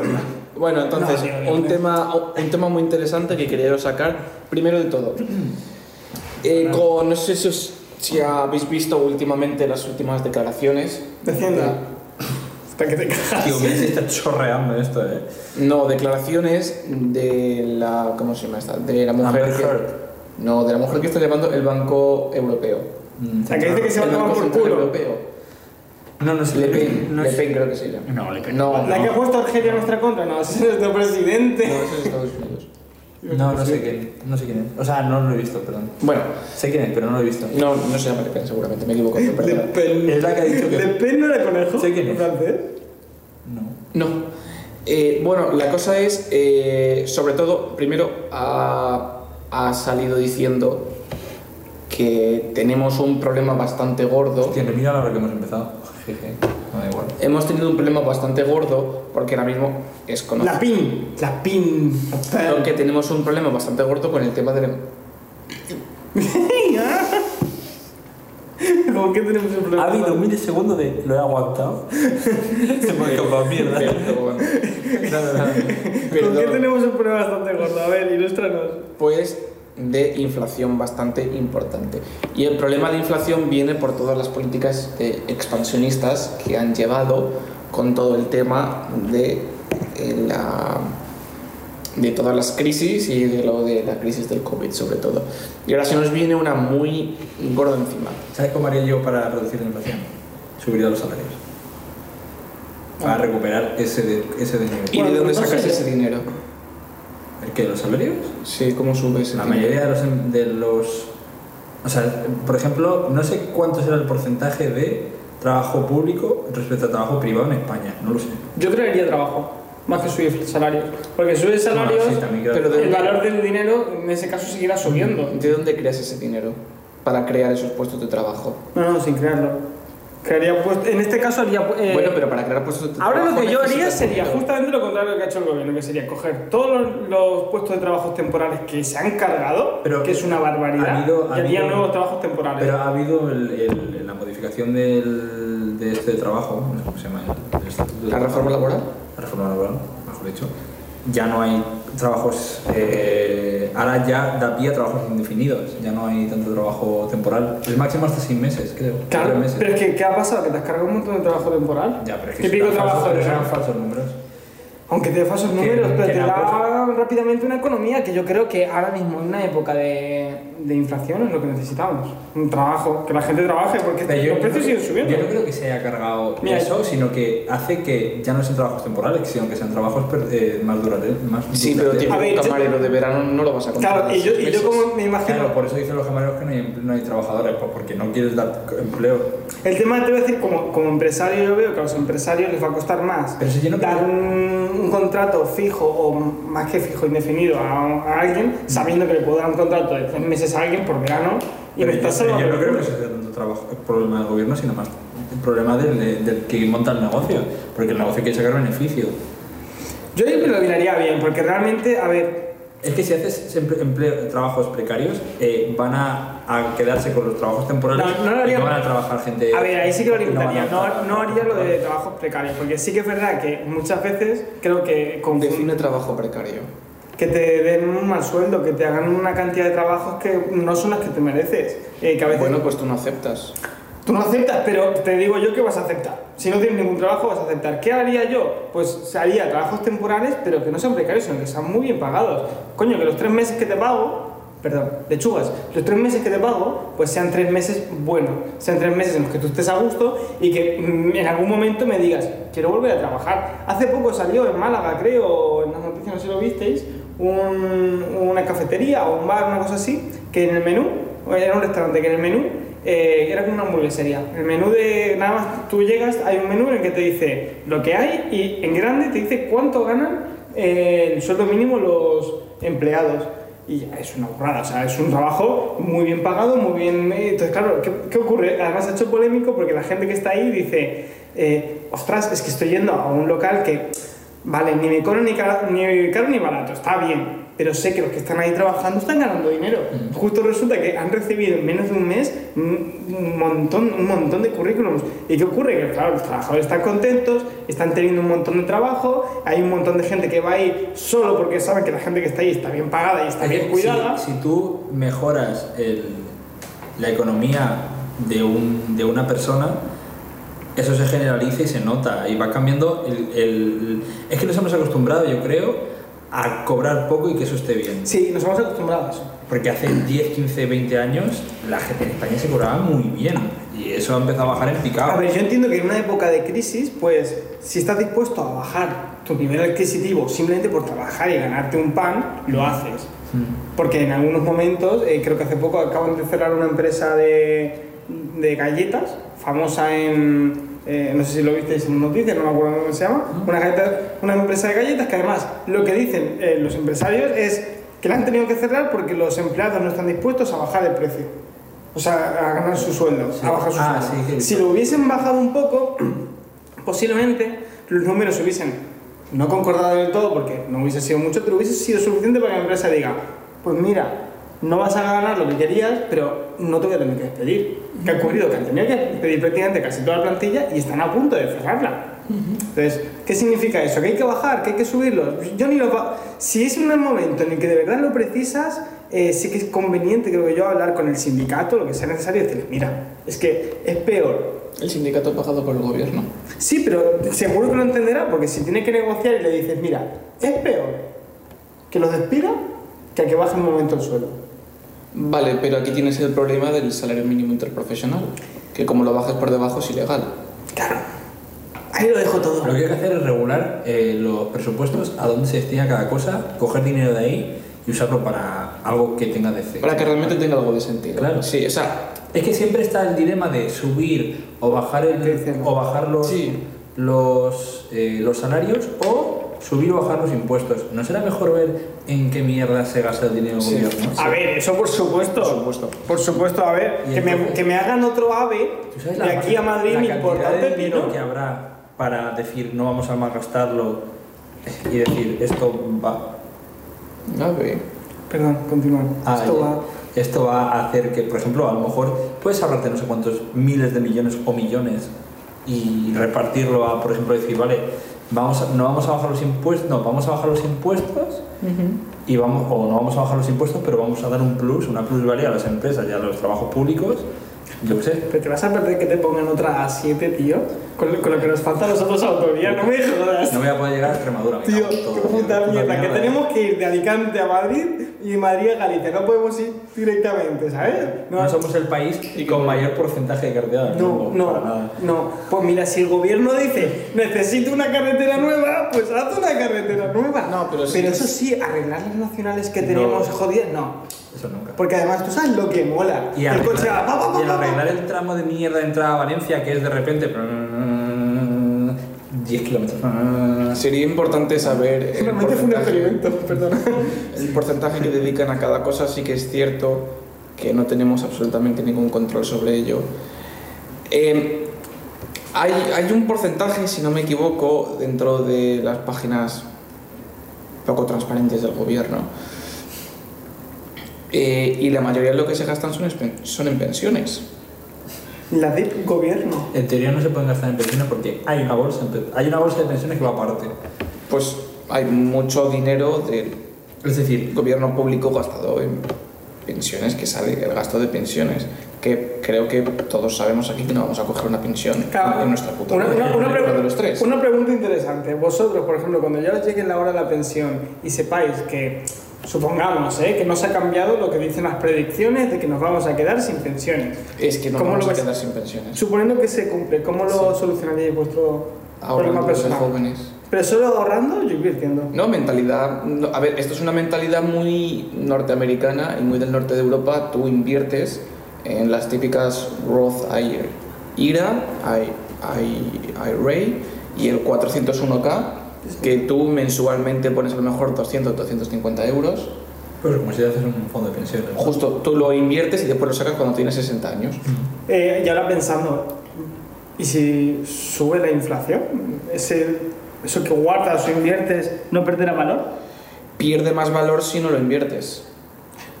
[SPEAKER 4] Bueno, entonces, un, tema, un tema muy interesante que quería sacar, primero de todo. Eh, con, no sé si, os- si habéis visto últimamente las últimas declaraciones.
[SPEAKER 3] De Hacienda. Hasta que te cagas.
[SPEAKER 2] Tío, mira, se está chorreando esto, eh.
[SPEAKER 4] No, declaraciones de la. ¿Cómo se llama esta? De la mujer
[SPEAKER 2] Amber
[SPEAKER 4] que.
[SPEAKER 2] Heard.
[SPEAKER 4] No, de la mujer que está llevando el Banco Europeo.
[SPEAKER 2] Mm,
[SPEAKER 3] O sea, que dice que se va a
[SPEAKER 4] el
[SPEAKER 3] tomar
[SPEAKER 4] Banco
[SPEAKER 3] por
[SPEAKER 4] Central
[SPEAKER 3] culo.
[SPEAKER 4] Europeo.
[SPEAKER 2] No, no sé.
[SPEAKER 4] Le Pen,
[SPEAKER 2] no
[SPEAKER 4] Le
[SPEAKER 2] sé.
[SPEAKER 4] Pen creo que se llama.
[SPEAKER 2] No, Le Pen.
[SPEAKER 4] No,
[SPEAKER 3] La que
[SPEAKER 4] no.
[SPEAKER 3] ha puesto Argelia en nuestra contra, no, ese es nuestro
[SPEAKER 4] No,
[SPEAKER 3] presidente.
[SPEAKER 4] eso es Estados Unidos.
[SPEAKER 2] No, no sé quién. No sé quién es. O sea, no lo he visto, perdón.
[SPEAKER 4] Bueno,
[SPEAKER 2] Sé quién es, pero no lo he visto.
[SPEAKER 4] no, no se llama Le Pen, seguramente, me equivoco. pero
[SPEAKER 3] Le
[SPEAKER 4] perdón.
[SPEAKER 3] Pen.
[SPEAKER 2] Es la que ha dicho que-
[SPEAKER 3] Le Pen no era conejo.
[SPEAKER 2] Sé quién es.
[SPEAKER 3] francés.
[SPEAKER 2] No.
[SPEAKER 4] No. Eh, bueno, la cosa es, eh, sobre todo, primero ha, ha salido diciendo que tenemos un problema bastante gordo.
[SPEAKER 2] Hostia, que mira la hora que hemos empezado. Jeje. No da igual.
[SPEAKER 4] Hemos tenido un problema bastante gordo porque ahora mismo es
[SPEAKER 3] La
[SPEAKER 4] conocido
[SPEAKER 3] pin. La pin.
[SPEAKER 4] que tenemos un problema bastante gordo con el tema del... em-
[SPEAKER 3] Como ¿Por qué tenemos el
[SPEAKER 2] Ha
[SPEAKER 3] problema?
[SPEAKER 2] habido milisegundos de lo he aguantado. Se me ha escapado mierda.
[SPEAKER 4] Perdón.
[SPEAKER 3] ¿Con qué
[SPEAKER 4] Perdón.
[SPEAKER 3] tenemos un problema bastante gordo? A ver, ilústranos.
[SPEAKER 4] pues de inflación bastante importante. Y el problema de inflación viene por todas las políticas eh, expansionistas que han llevado con todo el tema de eh, la de todas las crisis y de lo de la crisis del COVID sobre todo. Y ahora se nos viene una muy gorda encima.
[SPEAKER 2] ¿Sabes cómo haría yo para reducir la inflación? Subiría los salarios. Para recuperar ese, de, ese desnivel.
[SPEAKER 4] ¿Y de dónde
[SPEAKER 3] no
[SPEAKER 4] sacas
[SPEAKER 3] sé.
[SPEAKER 4] ese dinero?
[SPEAKER 2] ¿El qué? ¿Los salarios?
[SPEAKER 4] Sí, ¿cómo subes?
[SPEAKER 2] La mayoría de los, em- de los... O sea, por ejemplo, no sé cuánto será el porcentaje de trabajo público respecto a trabajo privado en España. No lo sé.
[SPEAKER 3] Yo crearía trabajo, más que subir salarios. Porque subir
[SPEAKER 2] Bueno,
[SPEAKER 3] salarios,
[SPEAKER 2] sí, también creo
[SPEAKER 4] pero
[SPEAKER 2] que-
[SPEAKER 4] de-
[SPEAKER 3] el valor del dinero en ese caso seguirá subiendo.
[SPEAKER 4] ¿De dónde creas ese dinero para crear esos puestos de trabajo?
[SPEAKER 3] No, no, sin crearlo. Crearía puest- en este caso haría... eh,
[SPEAKER 4] bueno, pero para crear puestos de trabajo...
[SPEAKER 3] Ahora lo que yo haría
[SPEAKER 4] necesitas
[SPEAKER 3] sería
[SPEAKER 4] dinero.
[SPEAKER 3] justamente lo contrario de lo que ha hecho el gobierno, que sería coger todos los, los puestos de trabajos temporales que se han cargado,
[SPEAKER 2] Pero
[SPEAKER 3] que es una barbaridad,
[SPEAKER 2] ha habido- ha
[SPEAKER 3] y haría
[SPEAKER 2] habido-
[SPEAKER 3] nuevos trabajos temporales.
[SPEAKER 2] Pero ha habido el- el- la modificación del, de este trabajo, no sé cómo se llama, el- el estatuto de
[SPEAKER 4] ¿La reforma laboral?
[SPEAKER 2] la reforma laboral, mejor dicho, ya no hay trabajos, eh, ahora ya da pie a trabajos indefinidos, ya no hay tanto trabajo temporal, el máximo hasta seis meses, creo,
[SPEAKER 3] claro,
[SPEAKER 2] tres meses.
[SPEAKER 3] pero es que ¿qué ha pasado? Que te has cargado un montón de trabajo temporal.
[SPEAKER 2] Ya, pero es que
[SPEAKER 3] Típico
[SPEAKER 2] serán
[SPEAKER 3] trabajo
[SPEAKER 2] falsos,
[SPEAKER 3] de
[SPEAKER 2] pero serán falsos números.
[SPEAKER 3] Aunque te dé falsos números, pero
[SPEAKER 2] que
[SPEAKER 3] te
[SPEAKER 2] la
[SPEAKER 3] da rápidamente una economía que yo creo que ahora mismo en una época de, de inflación es lo que necesitamos. Un trabajo, que la gente trabaje, porque
[SPEAKER 2] Pero
[SPEAKER 3] los precios siguen
[SPEAKER 2] yo no
[SPEAKER 3] subiendo.
[SPEAKER 2] creo que se haya cargado
[SPEAKER 3] Mira,
[SPEAKER 2] eso, sino que hace que ya no sean trabajos temporales, sino que sean trabajos per- eh, más duraderos. Más
[SPEAKER 4] Sí, pero
[SPEAKER 2] duraderos.
[SPEAKER 4] tipo
[SPEAKER 3] A ver, yo-
[SPEAKER 4] camarero de verano no lo vas a contar.
[SPEAKER 3] Claro, y yo, y yo como
[SPEAKER 2] Claro,
[SPEAKER 3] me imagino...
[SPEAKER 2] por eso dicen los camareros que no hay, emple- no hay trabajadores, pues porque no quieres dar empleo.
[SPEAKER 3] El tema, te voy a decir, como, como empresario yo veo que a los empresarios les va a costar más
[SPEAKER 2] Pero si yo no
[SPEAKER 3] dar
[SPEAKER 2] creo-
[SPEAKER 3] un, un contrato fijo o más que fijo indefinido a, a alguien,
[SPEAKER 2] Mm.
[SPEAKER 3] sabiendo que le puedo dar un contrato de tres meses a alguien por verano y
[SPEAKER 2] Pero
[SPEAKER 3] me
[SPEAKER 2] yo,
[SPEAKER 3] estás
[SPEAKER 2] pero yo
[SPEAKER 3] salvando
[SPEAKER 2] no
[SPEAKER 3] el
[SPEAKER 2] creo que
[SPEAKER 3] culo.
[SPEAKER 2] eso sea tanto trabajo, eh, problema del gobierno, sino más el problema del, del- del que monta el negocio, porque el negocio quiere sacar beneficio.
[SPEAKER 3] Yo ahí me lo miraría bien, porque realmente, a ver,
[SPEAKER 2] Es que si haces emple- empleo- trabajos precarios, eh, van a, a quedarse con los trabajos temporales
[SPEAKER 3] No, no lo haría-
[SPEAKER 2] y no van a trabajar gente...
[SPEAKER 3] A ver, ahí sí que lo
[SPEAKER 2] no van a
[SPEAKER 3] limitaría. No,
[SPEAKER 2] trabajar.
[SPEAKER 3] no haría lo de trabajos precarios, porque sí que es verdad que muchas veces creo
[SPEAKER 4] Define
[SPEAKER 3] que confunde
[SPEAKER 4] trabajo precario.
[SPEAKER 3] que te den un mal sueldo, que te hagan una cantidad de trabajos que no son las que te mereces. eh, que a veces
[SPEAKER 4] Bueno, pues tú no aceptas.
[SPEAKER 3] tú no aceptas, pero te digo yo que vas a aceptar. Si no tienes ningún trabajo, vas a aceptar. ¿Qué haría yo? Pues haría trabajos temporales, pero que no sean precarios, sino que sean muy bien pagados. Coño, que los tres meses que te pago. Perdón, lechugas. Los tres meses que te pago, pues sean tres meses buenos, sean tres meses en los que tú estés a gusto y que mm, en algún momento me digas, quiero volver a trabajar. Hace poco salió en Málaga, creo, en las noticias, no sé si lo visteis, un- una cafetería o un bar, una cosa así, que en el menú, era un restaurante que en el menú eh, era como una hamburguesería. El menú de nada más tú llegas, hay un menú en el que te dice lo que hay y en grande te dice cuánto ganan eh, el sueldo mínimo los empleados. Y ya es una burrada, o sea, es un trabajo muy bien pagado, muy bien. eh, Entonces, claro, ¿qué, qué ocurre? Además, ha hecho polémico porque la gente que está ahí dice: eh, Ostras, es que estoy yendo a un local que, vale, ni me cobro ni, cara- ni caro ni barato, está bien, pero sé que los que están ahí trabajando están ganando dinero. Justo resulta que han recibido en menos de un mes un un montón, un montón de currículums. ¿Y qué ocurre? Que claro, los trabajadores están contentos, están teniendo un montón de trabajo, hay un montón de gente que va ahí solo porque saben que la gente que está ahí está bien pagada y está
[SPEAKER 2] Es que
[SPEAKER 3] bien cuidada.
[SPEAKER 2] Si, si tú mejoras el- la economía de, un- de una persona, eso se generaliza y se nota y va cambiando el, el- Es que nos hemos acostumbrado, yo creo, a cobrar poco y que eso esté bien.
[SPEAKER 3] Sí, nos hemos acostumbrado a eso.
[SPEAKER 2] Porque hace 10, 15, 20 años la gente en España se cobraba muy bien y eso ha empezado a bajar en picado.
[SPEAKER 3] A ver, yo entiendo que en una época de crisis, pues si estás dispuesto a bajar tu nivel adquisitivo simplemente por trabajar y ganarte un pan, lo haces. Porque en algunos momentos, eh, creo que hace poco acaban de cerrar una empresa de, de galletas, famosa en, eh, no sé si lo visteis en noticias, no me acuerdo cómo se llama, una, galleta- una empresa de galletas que además lo que dicen eh, los empresarios es que la han tenido que cerrar porque los empleados no están dispuestos a bajar el precio. O sea, a ganar su sueldo, a bajar su
[SPEAKER 2] Ah,
[SPEAKER 3] sueldo.
[SPEAKER 2] sí, que-
[SPEAKER 3] si lo hubiesen bajado un poco, posiblemente los números hubiesen no concordado del todo porque no hubiese sido mucho, pero hubiese sido suficiente para que la empresa diga, pues mira, no vas a ganar lo que querías, pero no te voy a tener que despedir. ¿Qué ha ocurrido? Que han tenido que despedir prácticamente casi toda la plantilla y están a punto de cerrarla. Entonces, ¿qué significa eso? Que hay que bajar, que hay que subirlos. Yo ni los ba- Si es un momento en el que de verdad lo precisas, eh, sí que es conveniente, creo que yo, hablar con el sindicato, lo que sea necesario, y decirles, mira, es que es peor
[SPEAKER 4] El sindicato pagado por el gobierno.
[SPEAKER 3] Sí, pero seguro que lo entenderá, porque si tiene que negociar y le dices, mira, es peor que los despida que a que baje un momento el suelo.
[SPEAKER 4] Vale, pero aquí tienes el problema del salario mínimo interprofesional, que como lo bajas por debajo es ilegal.
[SPEAKER 3] Claro. Ahí lo dejo todo.
[SPEAKER 2] Lo que hay que hacer es regular eh, los presupuestos, a dónde se destina cada cosa, coger dinero de ahí y usarlo para algo que tenga de
[SPEAKER 4] Para que realmente tenga algo de sentido.
[SPEAKER 2] Claro.
[SPEAKER 4] Sí, o sea,
[SPEAKER 2] Es que siempre está el dilema de subir o bajar, el,
[SPEAKER 3] Crecen.
[SPEAKER 2] o bajar los,
[SPEAKER 4] Sí.
[SPEAKER 2] los, eh, los salarios o subir o bajar los impuestos. ¿No será mejor ver en qué mierda se gasta el dinero del
[SPEAKER 4] Sí.
[SPEAKER 2] gobierno?
[SPEAKER 3] A ver, eso por supuesto. Por supuesto. Por supuesto, a ver,
[SPEAKER 2] Y
[SPEAKER 3] que me,
[SPEAKER 2] entonces-
[SPEAKER 3] que me hagan otro AVE
[SPEAKER 2] ¿Tú sabes
[SPEAKER 3] de
[SPEAKER 2] la-
[SPEAKER 3] aquí a Madrid
[SPEAKER 2] la
[SPEAKER 3] me
[SPEAKER 2] cantidad
[SPEAKER 3] importa un
[SPEAKER 2] de dinero
[SPEAKER 3] pepino.
[SPEAKER 2] que habrá para decir no vamos a malgastarlo y decir esto va,
[SPEAKER 4] a ver.
[SPEAKER 3] Perdón, continúa.
[SPEAKER 2] Ah,
[SPEAKER 3] Esto
[SPEAKER 2] ya.
[SPEAKER 3] va.
[SPEAKER 2] Esto va a hacer que, por ejemplo, a lo mejor puedes ahorrarte no sé cuántos miles de millones o millones y repartirlo a, por ejemplo, decir, vale, vamos a- no vamos a bajar los impuestos, no, vamos a bajar los impuestos y vamos, o no vamos a bajar los impuestos, pero vamos a dar un plus, una plusvalía a las empresas y a los trabajos públicos, yo qué sé.
[SPEAKER 3] Pero te vas a perder que te pongan otra A7, tío. Con, lo- con lo que nos falta a nosotros autoría, no me jodas.
[SPEAKER 2] No voy a poder llegar a Extremadura. me
[SPEAKER 3] Tío,
[SPEAKER 2] cago en todo, tío,
[SPEAKER 3] puta mierda, que
[SPEAKER 2] mierda.
[SPEAKER 3] tenemos que ir de Alicante a Madrid y de Madrid a Galicia, no podemos ir directamente, ¿sabes?
[SPEAKER 2] No, somos el país con mayor porcentaje de carretera del
[SPEAKER 3] No,
[SPEAKER 2] mundo, para
[SPEAKER 3] no,
[SPEAKER 2] nada.
[SPEAKER 3] no. Pues mira, si el gobierno dice necesito una carretera nueva, pues haz una carretera nueva.
[SPEAKER 4] No, pero sí.
[SPEAKER 3] eso sí, arreglar las nacionales que tenemos jodidas, no.
[SPEAKER 2] Eso nunca.
[SPEAKER 3] Porque además tú sabes lo que mola.
[SPEAKER 2] Y
[SPEAKER 3] el coche va, pa,
[SPEAKER 2] arreglar,
[SPEAKER 3] pa, pa,
[SPEAKER 2] y el
[SPEAKER 3] pa, pa.
[SPEAKER 2] arreglar el tramo de mierda de entrada a Valencia, que es de repente. mm, 10 kilómetros. mm.
[SPEAKER 4] Sería importante saber. el
[SPEAKER 3] Realmente fue un
[SPEAKER 4] porcentaje-
[SPEAKER 3] experimento, perdón.
[SPEAKER 4] El porcentaje que dedican a cada cosa sí que es cierto que no tenemos absolutamente ningún control sobre ello. Eh, hay, hay un porcentaje, si no me equivoco, dentro de las páginas poco transparentes del gobierno. Eh, y la mayoría de lo que se gastan son, espe- son en pensiones.
[SPEAKER 3] La del gobierno.
[SPEAKER 2] En teoría no se pueden gastar en pensiones porque hay una bolsa, en pe- hay una bolsa de pensiones que va aparte.
[SPEAKER 4] Pues hay mucho dinero del
[SPEAKER 2] Es decir,
[SPEAKER 4] gobierno público gastado en pensiones, que sale el gasto de pensiones, que creo que todos sabemos aquí que no vamos a coger una pensión
[SPEAKER 3] Claro.
[SPEAKER 4] en nuestra puta
[SPEAKER 3] Una,
[SPEAKER 4] vida,
[SPEAKER 3] una- una
[SPEAKER 4] ninguno
[SPEAKER 3] pregu-
[SPEAKER 4] de los tres.
[SPEAKER 3] una pregunta interesante. Vosotros, por ejemplo, cuando ya os llegue la hora de la pensión y sepáis que, supongamos, ¿eh? que no se ha cambiado lo que dicen las predicciones de que nos vamos a quedar sin pensiones.
[SPEAKER 4] Es que no
[SPEAKER 3] ¿Cómo
[SPEAKER 4] vamos
[SPEAKER 3] lo
[SPEAKER 4] a
[SPEAKER 3] ves?
[SPEAKER 4] quedar sin pensiones.
[SPEAKER 3] Suponiendo que se cumple, ¿cómo lo solucionaríais vuestro
[SPEAKER 4] Ahora los
[SPEAKER 3] problema personal?
[SPEAKER 4] jóvenes.
[SPEAKER 3] ¿Pero solo ahorrando o invirtiendo?
[SPEAKER 4] No, mentalidad. no, a ver, esto es una mentalidad muy norteamericana y muy del norte de Europa. Tú inviertes en las típicas Roth I- IRA, I- I- IRA y el 401k, que tú mensualmente pones a lo mejor 200, 250 euros.
[SPEAKER 2] pues como si haces un fondo de pensiones.
[SPEAKER 4] Justo, tú lo inviertes y después lo sacas cuando tienes 60 años.
[SPEAKER 3] Eh, y ahora pensando, ¿y si sube la inflación? ¿Ese, ¿Eso que guardas o inviertes no perderá valor?
[SPEAKER 4] Pierde más valor si no lo inviertes.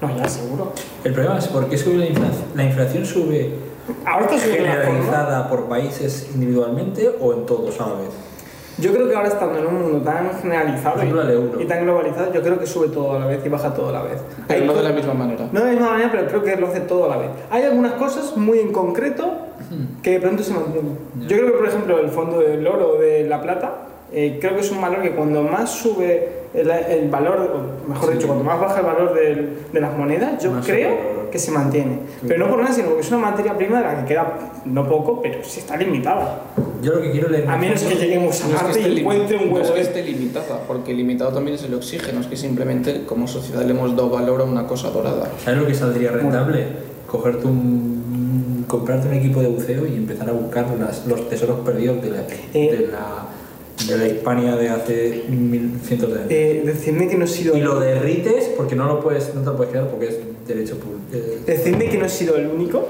[SPEAKER 3] No, ya seguro.
[SPEAKER 2] El problema es por qué sube la inflación. ¿La inflación sube
[SPEAKER 3] Ahora está subiendo la forma.
[SPEAKER 2] generalizada por países individualmente o en todos a la vez?
[SPEAKER 3] Yo creo que ahora estando en un mundo tan generalizado
[SPEAKER 2] Por ejemplo, el euro.
[SPEAKER 3] y, y tan globalizado, yo creo que sube todo a la vez y baja todo a la vez.
[SPEAKER 4] Pero
[SPEAKER 3] Hay
[SPEAKER 4] no de
[SPEAKER 3] co-
[SPEAKER 4] la misma manera.
[SPEAKER 3] no de la misma manera, pero creo que lo hace todo a la vez. Hay algunas cosas muy en concreto que de pronto se mantienen. Yo creo que, por ejemplo, el fondo del oro o de la plata, eh, creo que es un valor que cuando más sube el, el valor, o mejor dicho, cuando más baja el valor del- de las monedas, yo
[SPEAKER 2] Más
[SPEAKER 3] creo
[SPEAKER 2] sube el valor.
[SPEAKER 3] que se mantiene. Pero no por nada, sino porque es una materia prima de la que queda no poco, pero sí está limitada.
[SPEAKER 2] Yo lo que quiero leer.
[SPEAKER 3] A menos que lleguemos a
[SPEAKER 4] No es que
[SPEAKER 3] Marte
[SPEAKER 4] esté
[SPEAKER 3] y
[SPEAKER 4] lim-
[SPEAKER 3] encuentre un
[SPEAKER 4] no este. es
[SPEAKER 3] huevo
[SPEAKER 4] que
[SPEAKER 3] de
[SPEAKER 4] esté limitada, porque limitado también es el oxígeno, es que simplemente como sociedad le hemos dado valor a una cosa dorada.
[SPEAKER 2] ¿Sabes lo que saldría rentable? Cogerte un. comprarte un equipo de buceo y empezar a buscar las- los tesoros perdidos de la,
[SPEAKER 3] Eh.
[SPEAKER 2] de la, de la Hispania de hace mil cientos de años.
[SPEAKER 3] Eh, decidme que no he sido.
[SPEAKER 2] y lo derrites porque no lo puedes, no te lo puedes quedar porque es derecho público. Eh,
[SPEAKER 3] Decidme que no he sido el único.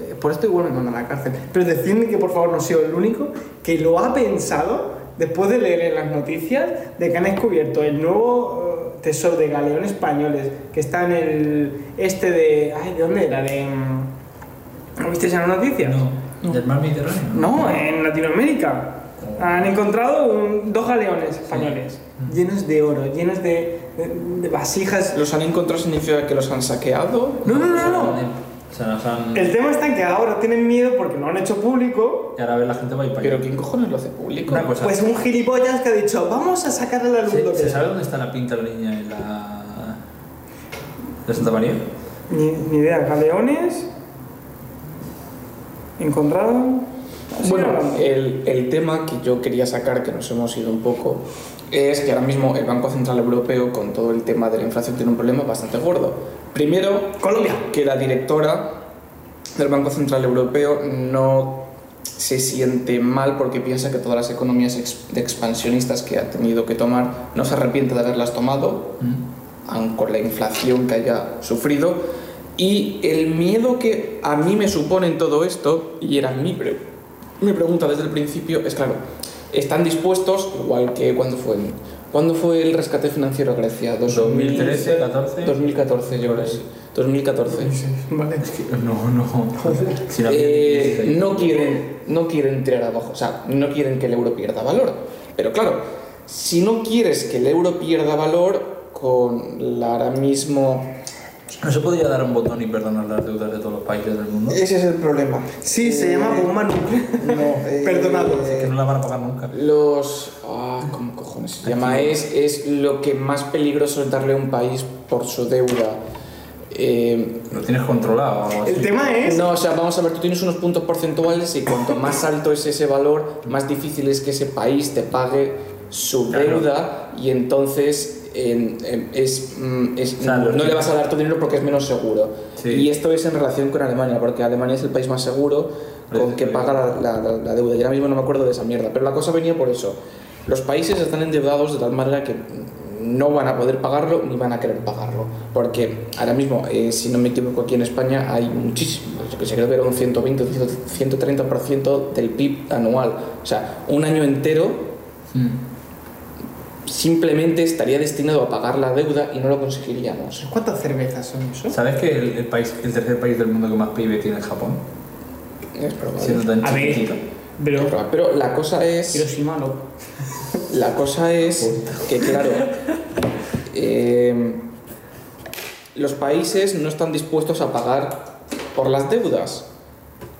[SPEAKER 3] eh, Por esto igual me mandan a la cárcel. Pero decidme que por favor no he sido el único que lo ha pensado después de leer en las noticias de que han descubierto el nuevo eh, tesoro de galeones españoles que está en el este de. Ay, ¿de dónde era? De. mm, ¿No visteis en las noticias?
[SPEAKER 2] No. ¿Del mar Mediterráneo?
[SPEAKER 3] Eh. No, eh. en Latinoamérica. Han encontrado un- dos galeones españoles llenos de oro, llenos de, de- de vasijas.
[SPEAKER 4] ¿Los han encontrado significa que los han saqueado?
[SPEAKER 3] No, no, no, no.
[SPEAKER 2] Se nos han...
[SPEAKER 3] El tema está en que ahora tienen miedo porque lo han hecho público.
[SPEAKER 2] Y ahora a ver la gente va a ir para
[SPEAKER 4] ¿Pero
[SPEAKER 2] allá.
[SPEAKER 4] quién cojones lo hace público?
[SPEAKER 2] Una cosa.
[SPEAKER 3] Pues un gilipollas que ha dicho, vamos a sacar a la luz lo
[SPEAKER 2] ¿se,
[SPEAKER 3] que
[SPEAKER 2] se
[SPEAKER 3] es".
[SPEAKER 2] sabe dónde está la pinta de la niña en la... de Santa María?
[SPEAKER 3] Ni, ni idea, galeones. Encontraron. Sigue
[SPEAKER 4] Bueno,
[SPEAKER 3] hablando.
[SPEAKER 4] el, el tema que yo quería sacar, que nos hemos ido un poco, es que ahora mismo el Banco Central Europeo, con todo el tema de la inflación, tiene un problema bastante gordo. Primero,
[SPEAKER 3] Colombia.
[SPEAKER 4] que la directora del Banco Central Europeo no se siente mal porque piensa que todas las economías ex- de expansionistas que ha tenido que tomar no se arrepiente de haberlas tomado, aun con la inflación que haya sufrido. Y el miedo que a mí me supone en todo esto, y era mi, pre- mi pregunta desde el principio, es claro, están dispuestos, igual que cuando fue, ¿cuándo fue el rescate financiero a Grecia? 2000,
[SPEAKER 2] 2013, 14.
[SPEAKER 4] 2014, yo creo. que sí. 2014.
[SPEAKER 3] Vale.
[SPEAKER 2] No, no. Si la
[SPEAKER 4] Eh,
[SPEAKER 2] pinta-
[SPEAKER 4] no, quieren, no quieren tirar abajo, o sea, no quieren que el euro pierda valor. Pero claro, si no quieres que el euro pierda valor con la ahora mismo...
[SPEAKER 2] ¿No se podría dar un botón y perdonar las deudas de todos los países del mundo?
[SPEAKER 4] Ese es el problema. Eh,
[SPEAKER 3] Sí, se llama bomba nuclear. eh, Perdonado.
[SPEAKER 2] que no la van a pagar nunca.
[SPEAKER 4] Los... Ah, ¿Cómo cojones se llama? Es, es lo que más peligroso es darle a un país por su deuda. Eh,
[SPEAKER 2] Lo tienes controlado. o algo así.
[SPEAKER 3] El tema es.
[SPEAKER 4] no, o sea, vamos a ver, tú tienes unos puntos porcentuales y cuanto más alto es ese valor, más difícil es que ese país te pague su
[SPEAKER 2] Claro.
[SPEAKER 4] deuda y entonces en- en- es, mm, es-
[SPEAKER 2] O sea,
[SPEAKER 4] no
[SPEAKER 2] los-
[SPEAKER 4] le vas a dar tu dinero porque es menos seguro.
[SPEAKER 2] Sí.
[SPEAKER 4] Y esto es en relación con Alemania, porque Alemania es el país más seguro con que paga la, la- la- la deuda. Y ahora mismo no me acuerdo de esa mierda, pero la cosa venía por eso. Los países están endeudados de tal manera que no van a poder pagarlo ni van a querer pagarlo. Porque ahora mismo, eh, si no me equivoco, aquí en España hay muchísimo, yo que sé, creo que era un 120 o 130% del PIB anual. O sea, un año entero
[SPEAKER 2] Mm.
[SPEAKER 4] simplemente estaría destinado a pagar la deuda y no lo conseguiríamos.
[SPEAKER 3] ¿Cuántas cervezas son eso?
[SPEAKER 2] ¿Sabes que el, el país, el tercer país del mundo que más PIB tiene es Japón?
[SPEAKER 4] Es probable.
[SPEAKER 2] Siendo tan
[SPEAKER 3] A ver.
[SPEAKER 2] chiquitito.
[SPEAKER 3] Pero.
[SPEAKER 4] Pero la cosa es...
[SPEAKER 3] Hiroshima no.
[SPEAKER 4] La cosa es que, claro, eh, los países no están dispuestos a pagar por las deudas.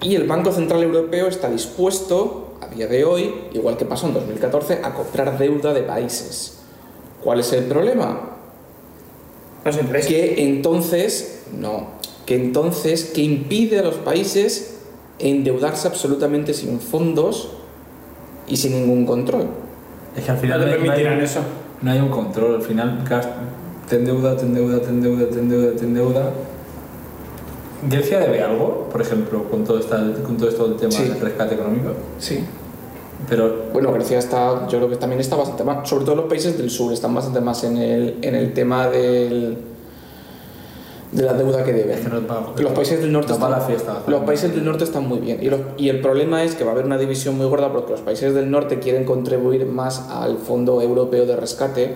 [SPEAKER 4] Y el Banco Central Europeo está dispuesto, a día de hoy, igual que pasó en 2014, a comprar deuda de países. ¿Cuál es el problema?
[SPEAKER 3] Las empresas.
[SPEAKER 4] que entonces no que entonces que impide a los países endeudarse absolutamente sin fondos y sin ningún control
[SPEAKER 2] Es que al
[SPEAKER 3] No
[SPEAKER 2] final
[SPEAKER 3] te
[SPEAKER 2] hay- hay-
[SPEAKER 3] permitirán eso.
[SPEAKER 2] No hay un control, al final gas- te endeuda, te endeuda, te endeuda, te endeuda, te endeuda. ¿Grecia debe algo, por ejemplo, con todo, esta, con todo esto del tema
[SPEAKER 4] Sí.
[SPEAKER 2] del rescate económico?
[SPEAKER 4] sí
[SPEAKER 2] Pero
[SPEAKER 4] bueno Grecia está yo creo que también está bastante más sobre todo los países del sur están bastante más en el en el tema del de la deuda que deben
[SPEAKER 2] es que no va-
[SPEAKER 4] Los países del norte
[SPEAKER 2] no va
[SPEAKER 4] están,
[SPEAKER 2] a la fiesta.
[SPEAKER 4] los países del norte están muy bien. Y, los- y el problema es que va a haber una división muy gorda porque los países del norte quieren contribuir más al Fondo Europeo de Rescate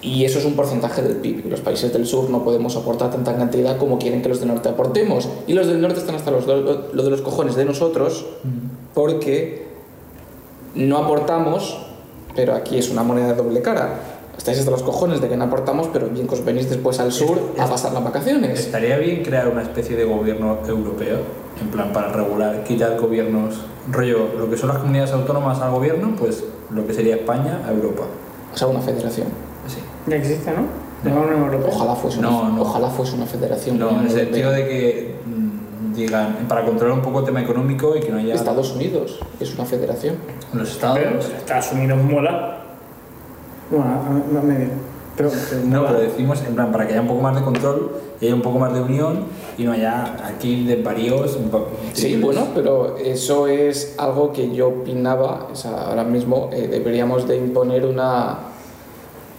[SPEAKER 4] y eso es un porcentaje del PIB. Y los países del sur no podemos aportar tanta cantidad como quieren que los del norte aportemos. Y los del norte están hasta los, do- lo de los cojones de nosotros
[SPEAKER 2] Mm.
[SPEAKER 4] porque no aportamos, pero aquí es una moneda de doble cara. Estáis hasta los cojones de que no aportamos, pero bien que os venís después al sur a pasar las vacaciones.
[SPEAKER 2] Estaría bien crear una especie de gobierno europeo, en plan para regular, quitar gobiernos, rollo, lo que son las comunidades autónomas al gobierno, pues lo que sería España a Europa.
[SPEAKER 4] O sea, una federación.
[SPEAKER 2] Así.
[SPEAKER 3] Ya existe, ¿no? De la Unión Europea.
[SPEAKER 4] Ojalá fuese,
[SPEAKER 2] No,
[SPEAKER 4] una,
[SPEAKER 2] no.
[SPEAKER 4] ojalá fuese una federación.
[SPEAKER 2] No, en el sentido de que mm, digan, para controlar un poco el tema económico y que no haya
[SPEAKER 4] Estados Unidos es una federación.
[SPEAKER 2] los
[SPEAKER 3] Pero
[SPEAKER 2] estados.
[SPEAKER 3] Estados Unidos mola. Bueno, a- a- a medio. Pero, pero
[SPEAKER 2] No,
[SPEAKER 3] mola.
[SPEAKER 2] pero decimos en plan para que haya un poco más de control y haya un poco más de unión y no haya aquí de varios.
[SPEAKER 4] Sí,
[SPEAKER 2] pues.
[SPEAKER 4] bueno, pero eso es algo que yo opinaba. o sea, ahora mismo eh, deberíamos de imponer una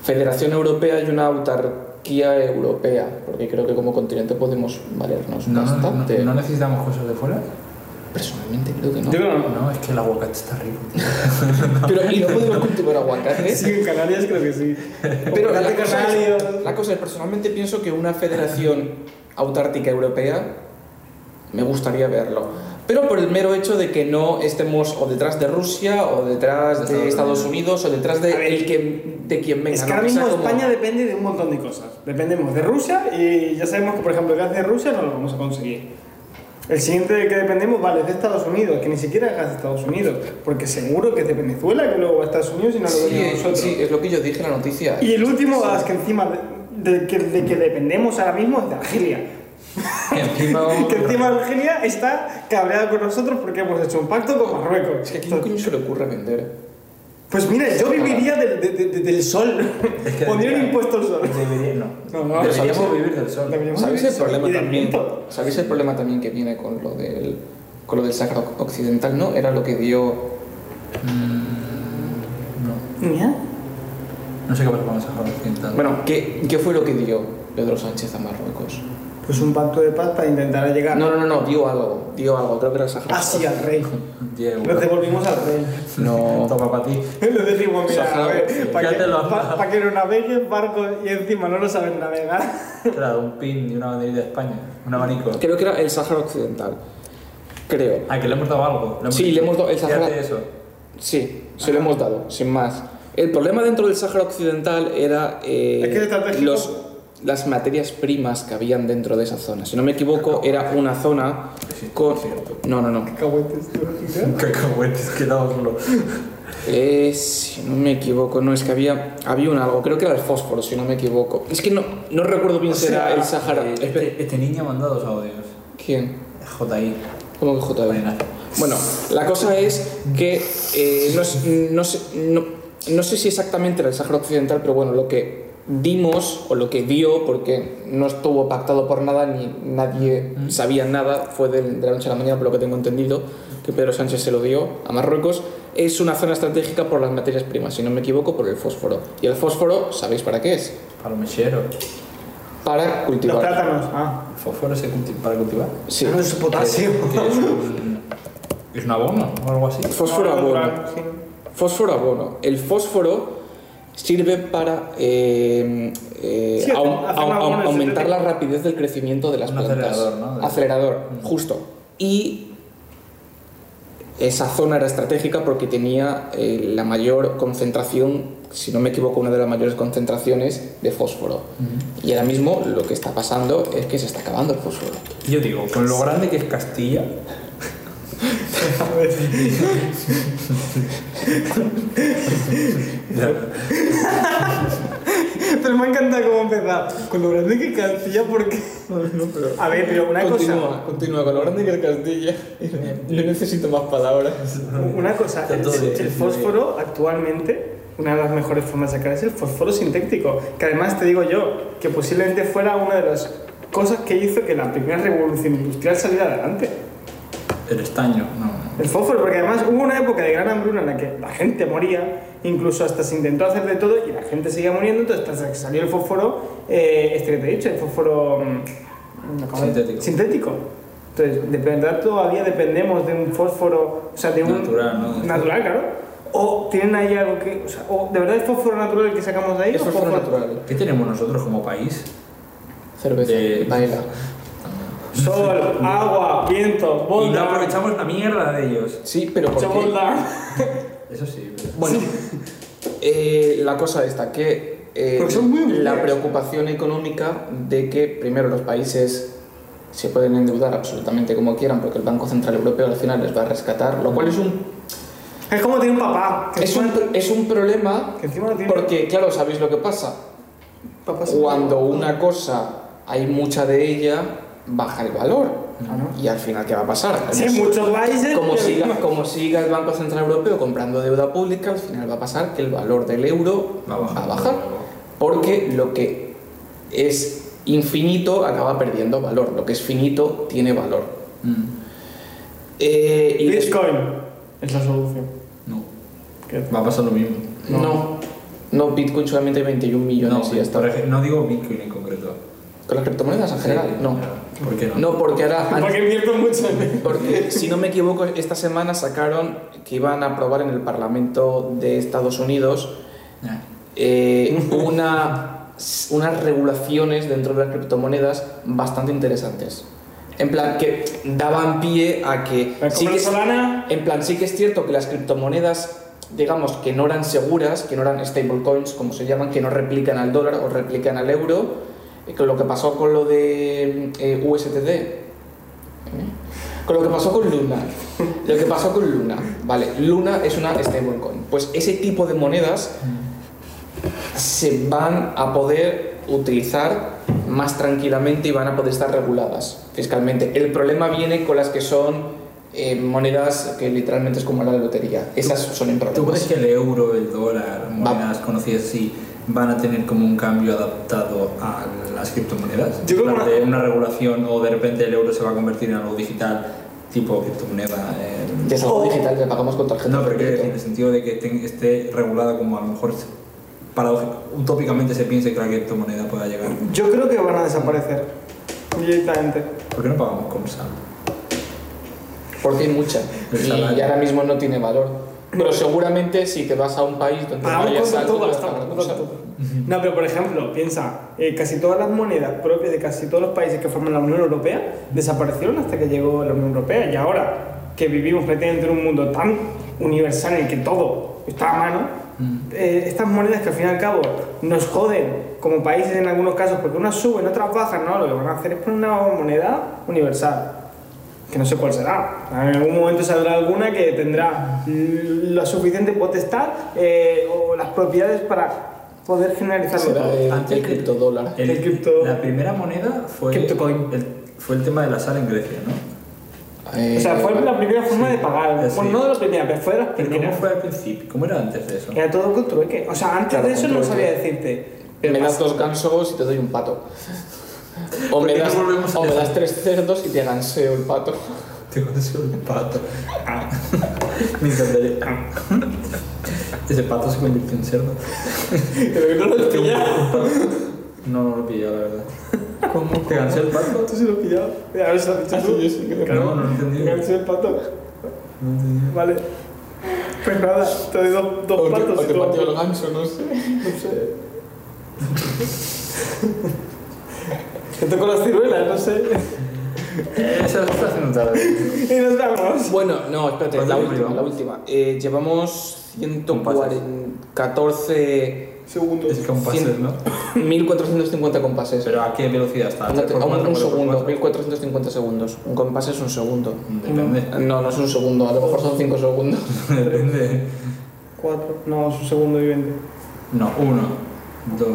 [SPEAKER 4] federación europea y una autarquía europea, porque creo que como continente podemos valernos
[SPEAKER 2] No, no, no,
[SPEAKER 4] bastante.
[SPEAKER 2] no necesitamos cosas de fuera.
[SPEAKER 4] Personalmente creo que no.
[SPEAKER 3] Yo creo que no.
[SPEAKER 2] No, es que el aguacate está rico.
[SPEAKER 4] Pero y no podemos cultivar
[SPEAKER 2] ¿Eh?
[SPEAKER 4] aguacate.
[SPEAKER 3] Sí, en Canarias creo que sí.
[SPEAKER 4] Pero la cosa,
[SPEAKER 3] Canario.
[SPEAKER 4] es, la cosa es, personalmente pienso que una federación autártica europea me gustaría verlo. Pero por el mero hecho de que no estemos o detrás de Rusia, o detrás de Estados Unidos, o detrás de,
[SPEAKER 3] A ver,
[SPEAKER 4] el que, de quien venga.
[SPEAKER 3] Es que
[SPEAKER 4] ¿no?
[SPEAKER 3] ahora
[SPEAKER 4] Que sea
[SPEAKER 3] mismo
[SPEAKER 4] como-
[SPEAKER 3] España depende de un montón de cosas. Dependemos de Rusia y ya sabemos que, por ejemplo, gas de Rusia no lo vamos a conseguir. El siguiente del que dependemos, vale, es de Estados Unidos, que ni siquiera es gas de Estados Unidos, porque seguro que es de Venezuela, que luego va a Estados Unidos y no lo
[SPEAKER 4] Sí,
[SPEAKER 3] vendemos nosotros.
[SPEAKER 4] sí, es lo que yo dije en la noticia.
[SPEAKER 3] Y el último gas que encima de, de que, de que dependemos ahora mismo es de Argelia.
[SPEAKER 2] Encima vamos-
[SPEAKER 3] Que encima Argelia está cabreada con nosotros porque hemos hecho un pacto con Marruecos.
[SPEAKER 4] Es que a quién coño se le ocurre vender.
[SPEAKER 3] Pues mira, yo viviría del, de- de- del sol.
[SPEAKER 2] Es que
[SPEAKER 3] Pondría un
[SPEAKER 2] debería-
[SPEAKER 3] impuesto al sol.
[SPEAKER 2] Debería, no.
[SPEAKER 3] No, no,
[SPEAKER 2] Deberíamos
[SPEAKER 4] sí.
[SPEAKER 2] vivir del sol.
[SPEAKER 3] Deberíamos
[SPEAKER 4] ¿Sabéis el
[SPEAKER 3] vivir del sol
[SPEAKER 4] problema
[SPEAKER 3] y del
[SPEAKER 4] también?
[SPEAKER 3] viento.
[SPEAKER 4] ¿Sabéis el problema también que viene con lo del con lo del Sahara occidental, no? Era lo que dio
[SPEAKER 3] Mira.
[SPEAKER 2] No sé qué pasa con el Sahara Occidental.
[SPEAKER 4] bueno, ¿qué, qué fue lo que dio Pedro Sánchez a Marruecos?
[SPEAKER 3] Pues un pacto de paz para intentar llegar
[SPEAKER 4] No, no, no, no, dio algo, dio algo, Ah, creo que era el Sahara.
[SPEAKER 3] así al rey.
[SPEAKER 2] Diego.
[SPEAKER 3] Nos devolvimos al rey.
[SPEAKER 4] No.
[SPEAKER 2] Toma para ti.
[SPEAKER 3] Le decimos, mira, a ver, para
[SPEAKER 2] Ya
[SPEAKER 3] que,
[SPEAKER 2] te lo-
[SPEAKER 3] pa- pa' que lo navegues barco y encima no lo sabes navegar.
[SPEAKER 2] Claro, un pin y una banderita de España. Un abanico.
[SPEAKER 4] Creo que era el Sahara occidental. Creo.
[SPEAKER 2] Ah, que le hemos dado algo.
[SPEAKER 4] Sí, le hemos dado el Sahara.
[SPEAKER 2] Fíjate eso.
[SPEAKER 4] Sí, se lo hemos dado, sin más. El problema dentro del Sáhara Occidental era eh,
[SPEAKER 3] Es que es estratégico.
[SPEAKER 4] los, las materias primas que habían dentro de esa zona. Si no me equivoco, era una zona con... No, no, no.
[SPEAKER 3] Cacahuetes, tú ¿no?
[SPEAKER 2] Cacahuetes, quedáoslo.
[SPEAKER 4] Eh, si no me equivoco, no, es que había, había un algo. Creo que era el fósforo, si no me equivoco. Es que no, no recuerdo bien si era el Sáhara...
[SPEAKER 2] Eh,
[SPEAKER 4] Espe-
[SPEAKER 2] Este, este niño ha mandado audios.
[SPEAKER 4] ¿Quién?
[SPEAKER 2] JI.
[SPEAKER 4] ¿Cómo que JB?
[SPEAKER 2] Bueno.
[SPEAKER 4] Bueno, la cosa es que eh, no, es- no sé, no- no sé si exactamente era el Sáhara Occidental, pero bueno, lo que dimos o lo que dio, porque no estuvo pactado por nada ni nadie sabía nada, fue del- de la noche a la mañana, por lo que tengo entendido, que Pedro Sánchez se lo dio a Marruecos, es una zona estratégica por las materias primas, si no me equivoco, por el fósforo. Y el fósforo, ¿sabéis para qué es?
[SPEAKER 2] Para los mecheros.
[SPEAKER 4] Para
[SPEAKER 3] Los
[SPEAKER 4] cultivar.
[SPEAKER 3] plátanos. Ah.
[SPEAKER 2] ¿Fósforo se culti- para cultivar?
[SPEAKER 4] Sí.
[SPEAKER 3] No es
[SPEAKER 2] Ah,
[SPEAKER 3] potasio.
[SPEAKER 2] Que es un... Es un abono o algo así.
[SPEAKER 4] Fósforo
[SPEAKER 3] No,
[SPEAKER 4] abono.
[SPEAKER 3] natural, sí.
[SPEAKER 4] Fósforo abono. El fósforo sirve para eh, eh,
[SPEAKER 3] Sí, hace-
[SPEAKER 4] au-
[SPEAKER 3] hace un
[SPEAKER 4] au-
[SPEAKER 3] abono
[SPEAKER 4] au- aumentar la
[SPEAKER 3] sintético.
[SPEAKER 4] rapidez del crecimiento de las
[SPEAKER 2] Un
[SPEAKER 4] plantas.
[SPEAKER 2] acelerador, ¿no? De-
[SPEAKER 4] Acelerador, justo. Y esa zona era estratégica porque tenía eh, la mayor concentración, si no me equivoco, una de las mayores concentraciones de fósforo. Y ahora mismo lo que está pasando es que se está acabando el fósforo.
[SPEAKER 2] Yo digo, con lo grande que es Castilla,
[SPEAKER 3] Pero me encanta cómo empezar. Con lo grande que Castilla, porque. A ver, pero una cosa. Eh,
[SPEAKER 4] continúa con lo grande que el Castilla. No necesito más palabras.
[SPEAKER 3] Una cosa,
[SPEAKER 2] Está
[SPEAKER 3] el,
[SPEAKER 2] todo bien,
[SPEAKER 3] el
[SPEAKER 2] está
[SPEAKER 3] fósforo actualmente, una de las mejores formas de sacar es el fósforo sintético. Que además te digo yo, que posiblemente fuera una de las cosas que hizo que la primera revolución industrial saliera adelante.
[SPEAKER 2] el estaño. No.
[SPEAKER 3] El fósforo, porque además hubo una época de gran hambruna en la que la gente moría, incluso hasta se intentó hacer de todo y la gente seguía muriendo, entonces hasta que salió el fósforo, eh, este que te he dicho, el fósforo mm, ¿cómo es?
[SPEAKER 2] Sintético.
[SPEAKER 3] sintético. Entonces, de verdad todavía dependemos de un fósforo, o sea, de un
[SPEAKER 2] Natural, ¿no?
[SPEAKER 3] natural, claro. O tienen ahí algo que, o sea, o de verdad es fósforo natural el que sacamos de ahí.
[SPEAKER 4] Es
[SPEAKER 3] o
[SPEAKER 4] fósforo natural.
[SPEAKER 2] ¿Qué tenemos nosotros como país?
[SPEAKER 4] Cerveza,
[SPEAKER 2] De-
[SPEAKER 4] baila.
[SPEAKER 3] Sol, agua, viento,
[SPEAKER 2] Y no
[SPEAKER 3] bonda,
[SPEAKER 2] aprovechamos la mierda de ellos.
[SPEAKER 4] Sí, pero ¿por qué?
[SPEAKER 3] chabolda.
[SPEAKER 2] Eso sí, pero-
[SPEAKER 4] Bueno, eh, la cosa está que eh,
[SPEAKER 3] Porque son muy
[SPEAKER 4] la
[SPEAKER 3] humildes.
[SPEAKER 4] preocupación económica de que primero los países se pueden endeudar absolutamente como quieran porque el Banco Central Europeo al final les va a rescatar, lo cual es un
[SPEAKER 3] Es como tiene un papá. que
[SPEAKER 4] es un,
[SPEAKER 3] encima-
[SPEAKER 4] es un problema
[SPEAKER 3] que encima lo tiene.
[SPEAKER 4] porque claro, sabéis lo que pasa.
[SPEAKER 3] papá se-
[SPEAKER 4] Cuando una cosa hay mucha de ella, baja el valor. Y al final, ¿qué va a pasar?
[SPEAKER 3] Sí,
[SPEAKER 4] Como si-
[SPEAKER 3] muchos países.
[SPEAKER 4] Como
[SPEAKER 3] pero-
[SPEAKER 4] siga, como siga el Banco Central Europeo comprando deuda pública, al final va a pasar que el valor del euro
[SPEAKER 2] Va
[SPEAKER 4] va
[SPEAKER 2] a
[SPEAKER 4] a
[SPEAKER 2] bajar.
[SPEAKER 4] bajar. Porque lo que es infinito acaba perdiendo valor. Lo que es finito tiene valor.
[SPEAKER 2] Mm,
[SPEAKER 4] Eh, y des-
[SPEAKER 3] Bitcoin es la solución.
[SPEAKER 2] no.
[SPEAKER 3] ¿Qué?
[SPEAKER 2] Va a pasar lo mismo.
[SPEAKER 4] No, no, Bitcoin solamente 21 millones y ya está.
[SPEAKER 2] por ej- no digo Bitcoin en concreto.
[SPEAKER 4] ¿Con las criptomonedas en general? No.
[SPEAKER 2] ¿Por qué no?
[SPEAKER 4] No, porque ahora.
[SPEAKER 3] Porque invierto mucho en él.
[SPEAKER 4] Porque, si no me equivoco, esta semana sacaron que iban a aprobar en el Parlamento de Estados Unidos
[SPEAKER 2] Ya.
[SPEAKER 4] eh, una, unas regulaciones dentro de las criptomonedas bastante interesantes. En plan, que daban pie a que.
[SPEAKER 3] Pero
[SPEAKER 4] Sí
[SPEAKER 3] como
[SPEAKER 4] que
[SPEAKER 3] el
[SPEAKER 4] es-
[SPEAKER 3] Solana-
[SPEAKER 4] en plan, sí que es cierto que las criptomonedas, digamos, que no eran seguras, que no eran stablecoins, como se llaman, que no replican al dólar o replican al euro, eh, con lo que pasó con lo de eh, USDT, ¿eh? con lo que pasó con Luna, lo que pasó con Luna, vale, Luna es una stablecoin, pues ese tipo de monedas se van a poder utilizar más tranquilamente y van a poder estar reguladas fiscalmente. El problema viene con las que son eh, monedas que literalmente es como la lotería. Esas son en
[SPEAKER 2] ¿Tú crees
[SPEAKER 4] problemas.
[SPEAKER 2] que el euro, el dólar, monedas conocidas así, van a tener como un cambio adaptado a las criptomonedas?
[SPEAKER 3] Yo creo
[SPEAKER 2] En plan
[SPEAKER 3] que-
[SPEAKER 2] de una regulación o de repente el euro se va a convertir en algo digital, tipo criptomoneda. eh,
[SPEAKER 4] Ya es algo digital que pagamos con tarjeta.
[SPEAKER 2] No,
[SPEAKER 4] de
[SPEAKER 2] pero quiero
[SPEAKER 4] crédito.
[SPEAKER 2] decir, en el sentido de que ten- esté regulada como a lo mejor se- paradójica- utópicamente se piense que la criptomoneda pueda llegar.
[SPEAKER 3] Yo creo que van a desaparecer directamente.
[SPEAKER 2] ¿Por qué no pagamos con sal?
[SPEAKER 4] Porque hay mucha.
[SPEAKER 2] El salario.
[SPEAKER 4] Y ahora mismo no tiene valor. Pero seguramente si te vas a un país donde no
[SPEAKER 3] Pagamos
[SPEAKER 4] haya
[SPEAKER 3] contra
[SPEAKER 4] sal, tú
[SPEAKER 3] todo,
[SPEAKER 4] vas a
[SPEAKER 3] gastamos
[SPEAKER 4] pagar con
[SPEAKER 3] contra
[SPEAKER 4] sal.
[SPEAKER 3] todo. No, pero por ejemplo, piensa, eh, casi todas las monedas propias de casi todos los países que forman la Unión Europea desaparecieron hasta que llegó la Unión Europea. Y ahora que vivimos prácticamente en un mundo tan universal en el que todo está a mano, eh, estas monedas que al fin y al cabo nos joden como países en algunos casos, porque unas suben, otras bajan, no, lo que van a hacer es poner una moneda universal que no sé cuál será. En algún momento saldrá alguna que tendrá mm, la suficiente potestad eh, o las propiedades para poder generalizarlo.
[SPEAKER 4] Será
[SPEAKER 3] todo.
[SPEAKER 4] el,
[SPEAKER 2] Antes
[SPEAKER 4] el
[SPEAKER 2] de-
[SPEAKER 4] criptodólar.
[SPEAKER 3] El cripto-
[SPEAKER 2] La primera moneda fue
[SPEAKER 3] Criptocoin.
[SPEAKER 2] el, fue el tema de la sal en Grecia, ¿no?
[SPEAKER 4] Eh,
[SPEAKER 3] O sea, fue la primera forma de pagar.
[SPEAKER 2] Sí.
[SPEAKER 3] Bueno, no de la primera, pero fue de las
[SPEAKER 2] Pero ¿Cómo
[SPEAKER 3] primeras.
[SPEAKER 2] fue al principio? ¿Cómo era antes de eso?
[SPEAKER 3] Era todo con trueque. O sea, antes
[SPEAKER 4] Claro,
[SPEAKER 3] de eso
[SPEAKER 4] con
[SPEAKER 3] no
[SPEAKER 4] trueque.
[SPEAKER 3] sabía decirte. Pero
[SPEAKER 4] me das
[SPEAKER 3] pasa-
[SPEAKER 4] dos gansos y te doy un pato. O
[SPEAKER 2] ¿Por
[SPEAKER 4] me
[SPEAKER 2] qué no
[SPEAKER 4] das,
[SPEAKER 2] volvemos a
[SPEAKER 4] o me
[SPEAKER 2] dejar?
[SPEAKER 4] das tres cerdos y te ganseo el pato.
[SPEAKER 2] Te consigo un pato. Me encantaría. Ese pato se convirtió en cerdo.
[SPEAKER 3] Pero que no lo has pillado.
[SPEAKER 2] No, no lo pillé, la verdad. ¿Cómo? ¿Te cansé el pato?
[SPEAKER 3] Tú sí lo has pillado. A ver si lo has dicho tú. Claro.
[SPEAKER 2] No, no lo he
[SPEAKER 3] Me
[SPEAKER 2] entendido.
[SPEAKER 3] cansé el pato. Vale. Pues nada, te doy dos, dos
[SPEAKER 4] O te,
[SPEAKER 3] patos
[SPEAKER 4] o
[SPEAKER 3] y
[SPEAKER 4] te
[SPEAKER 3] todo.
[SPEAKER 4] pateo el ganso, no sé.
[SPEAKER 3] No sé. Que toco las ciruelas, no sé.
[SPEAKER 2] Eh, Eso lo está haciendo tarde.
[SPEAKER 3] Y nos vamos.
[SPEAKER 4] Bueno, no, espérate,
[SPEAKER 2] ¿Cuánto
[SPEAKER 4] la
[SPEAKER 2] tiempo
[SPEAKER 4] última, la
[SPEAKER 2] llevamos?
[SPEAKER 4] última. Eh, llevamos 114...
[SPEAKER 3] Segundos.
[SPEAKER 2] Es compases, ¿no?
[SPEAKER 4] 1450 compases.
[SPEAKER 2] Pero ¿a qué velocidad está?
[SPEAKER 4] Anda,
[SPEAKER 2] ¿Tres por
[SPEAKER 4] a un,
[SPEAKER 2] cuatro,
[SPEAKER 4] un
[SPEAKER 2] cuatro por
[SPEAKER 4] segundo,
[SPEAKER 2] cuatro?
[SPEAKER 4] 1450 segundos. Un compás es un segundo.
[SPEAKER 2] Depende.
[SPEAKER 4] No, no es un segundo, a lo mejor son 5 segundos.
[SPEAKER 2] Depende.
[SPEAKER 3] Cuatro. No, es un segundo y veinte.
[SPEAKER 2] No, uno, dos.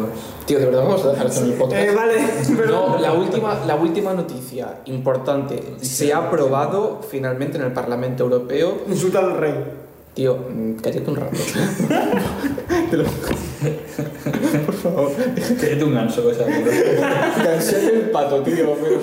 [SPEAKER 4] Tío, de verdad vamos a dejar esto en el podcast.
[SPEAKER 3] Eh, vale, pero.
[SPEAKER 4] No, la última, la última noticia importante. Se ha aprobado finalmente en el Parlamento Europeo.
[SPEAKER 3] Insulta al rey.
[SPEAKER 4] Tío, mm, cállate un rato. Te lo- Por favor.
[SPEAKER 2] Tienes un ganso, o sea, que-
[SPEAKER 4] Cansate el pato, tío. Pero...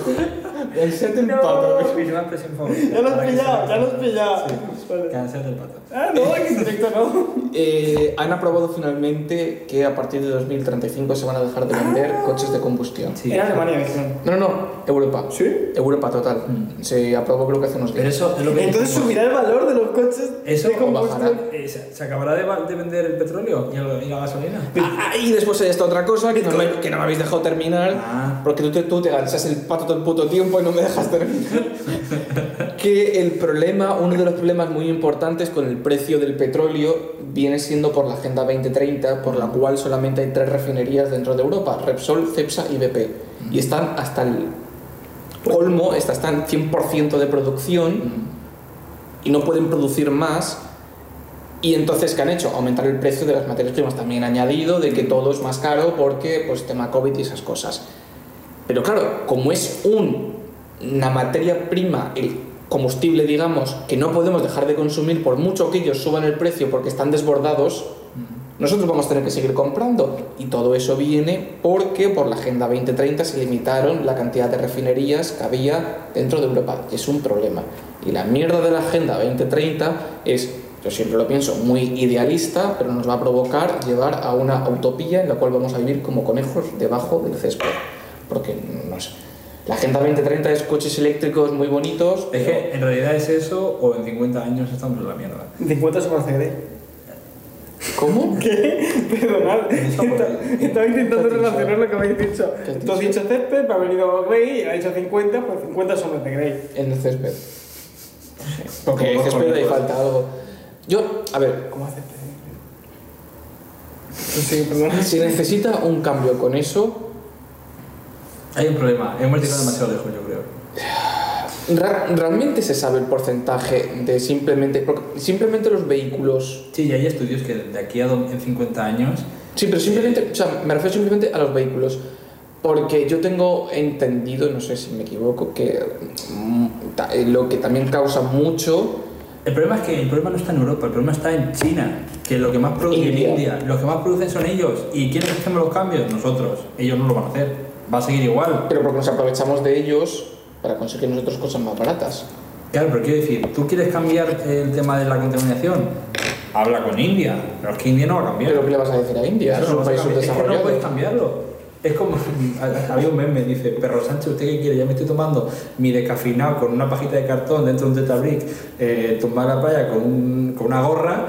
[SPEAKER 4] Cansate el pato.
[SPEAKER 2] Es mi nueva expresión favorita.
[SPEAKER 3] Ya lo has
[SPEAKER 2] Ahora que
[SPEAKER 3] pillado, ya
[SPEAKER 2] se-
[SPEAKER 3] lo has pillado. Vale.
[SPEAKER 2] Cáncer del pato.
[SPEAKER 3] Ah, no, aquí directo no.
[SPEAKER 4] Eh, han aprobado finalmente que a partir de 2035 se van a dejar de vender coches de combustión.
[SPEAKER 2] Sí.
[SPEAKER 3] Era Alemania, dijeron.
[SPEAKER 4] No, no, no, Europa.
[SPEAKER 3] ¿Sí?
[SPEAKER 4] Europa total. Se aprobó creo que hace unos
[SPEAKER 2] Pero
[SPEAKER 4] días.
[SPEAKER 2] eso es lo que
[SPEAKER 3] Entonces
[SPEAKER 2] decimos.
[SPEAKER 3] subirá el valor de los coches.
[SPEAKER 2] Eso
[SPEAKER 3] de
[SPEAKER 2] o
[SPEAKER 3] combustible.
[SPEAKER 4] bajará.
[SPEAKER 2] Eh, ¿Se se acabará de, va- de vender el petróleo y, el- y la gasolina?
[SPEAKER 4] Ah, y después hay esta otra cosa que no me, que no me habéis dejado terminar
[SPEAKER 2] Ah.
[SPEAKER 4] porque tú te, tú te gansas el pato todo el puto tiempo y no me dejas terminar. que el problema, uno de los problemas muy importantes con el precio del petróleo viene siendo por la Agenda 2030, por la cual solamente hay tres refinerías dentro de Europa, Repsol, Cepsa y BP. Y están hasta el colmo, está- están 100% de
[SPEAKER 2] Mm.
[SPEAKER 4] producción y no pueden producir más. Y entonces, ¿qué han hecho? Aumentar el precio de las materias primas. También añadido de que todo es más caro porque, pues, tema COVID y esas cosas. Pero claro, como es un- una materia prima, el combustible, digamos, que no podemos dejar de consumir por mucho que ellos suban el precio porque están desbordados, nosotros vamos a tener que seguir comprando. Y todo eso viene porque por la Agenda 2030 se limitaron la cantidad de refinerías que había dentro de Europa. que Es un problema. Y la mierda de la Agenda 2030 es, yo siempre lo pienso, muy idealista, pero nos va a provocar llevar a una utopía en la cual vamos a vivir como conejos debajo del césped. Porque, no sé. La Agenda 2030 es coches eléctricos muy bonitos.
[SPEAKER 2] Es que en realidad es eso o en 50 años estamos en la mierda.
[SPEAKER 3] ¿De cuánto se conoce,
[SPEAKER 4] ¿Cómo?
[SPEAKER 3] ¿Qué? Perdonad. Esta- Estaba intentando relacionar lo que habéis dicho.
[SPEAKER 4] ¿Qué has
[SPEAKER 3] Tú has dicho césped, me ha venido Grey y ha dicho 50, pues 50 son los de Grey.
[SPEAKER 4] En el césped. Porque el césped le falta algo. Yo, a ver,
[SPEAKER 3] ¿Cómo haces césped? Sí, perdón.
[SPEAKER 4] Ah, si necesita un cambio con eso,
[SPEAKER 2] Hay un problema, hemos llegado demasiado lejos, yo creo.
[SPEAKER 4] ra- realmente se sabe el porcentaje de simplemente. porque Simplemente los vehículos.
[SPEAKER 2] Sí, y hay estudios que de aquí a do- en 50 años.
[SPEAKER 4] Sí, pero simplemente, o sea, me refiero simplemente a los vehículos. Porque yo tengo entendido, no sé si me equivoco, que mm, ta- eh, lo que también causa mucho
[SPEAKER 2] El problema es que el problema no está en Europa, el problema está en China, que lo que más producen en
[SPEAKER 4] India.
[SPEAKER 2] India, los que más producen son ellos. ¿Y quiénes hacemos los cambios? Nosotros. Ellos no lo van a hacer. Va a seguir igual.
[SPEAKER 4] Pero porque nos aprovechamos de ellos para conseguir nosotros cosas más baratas.
[SPEAKER 2] Claro, pero quiero decir, ¿tú quieres cambiar el tema de la contaminación? Habla con India, pero es que India no va a cambiar.
[SPEAKER 4] Pero ¿qué le vas a decir a India?
[SPEAKER 2] Claro,
[SPEAKER 4] es
[SPEAKER 2] no
[SPEAKER 4] un
[SPEAKER 2] vas a
[SPEAKER 4] país
[SPEAKER 2] cambiar. Es que no
[SPEAKER 4] subdesarrollado.
[SPEAKER 2] puedes cambiarlo. Es como, había un meme, dice, perro Sánchez, ¿usted qué quiere? Ya me estoy tomando mi descafeinado con una pajita de cartón dentro de un tetabric, eh, tumbar la playa con, un- con una gorra.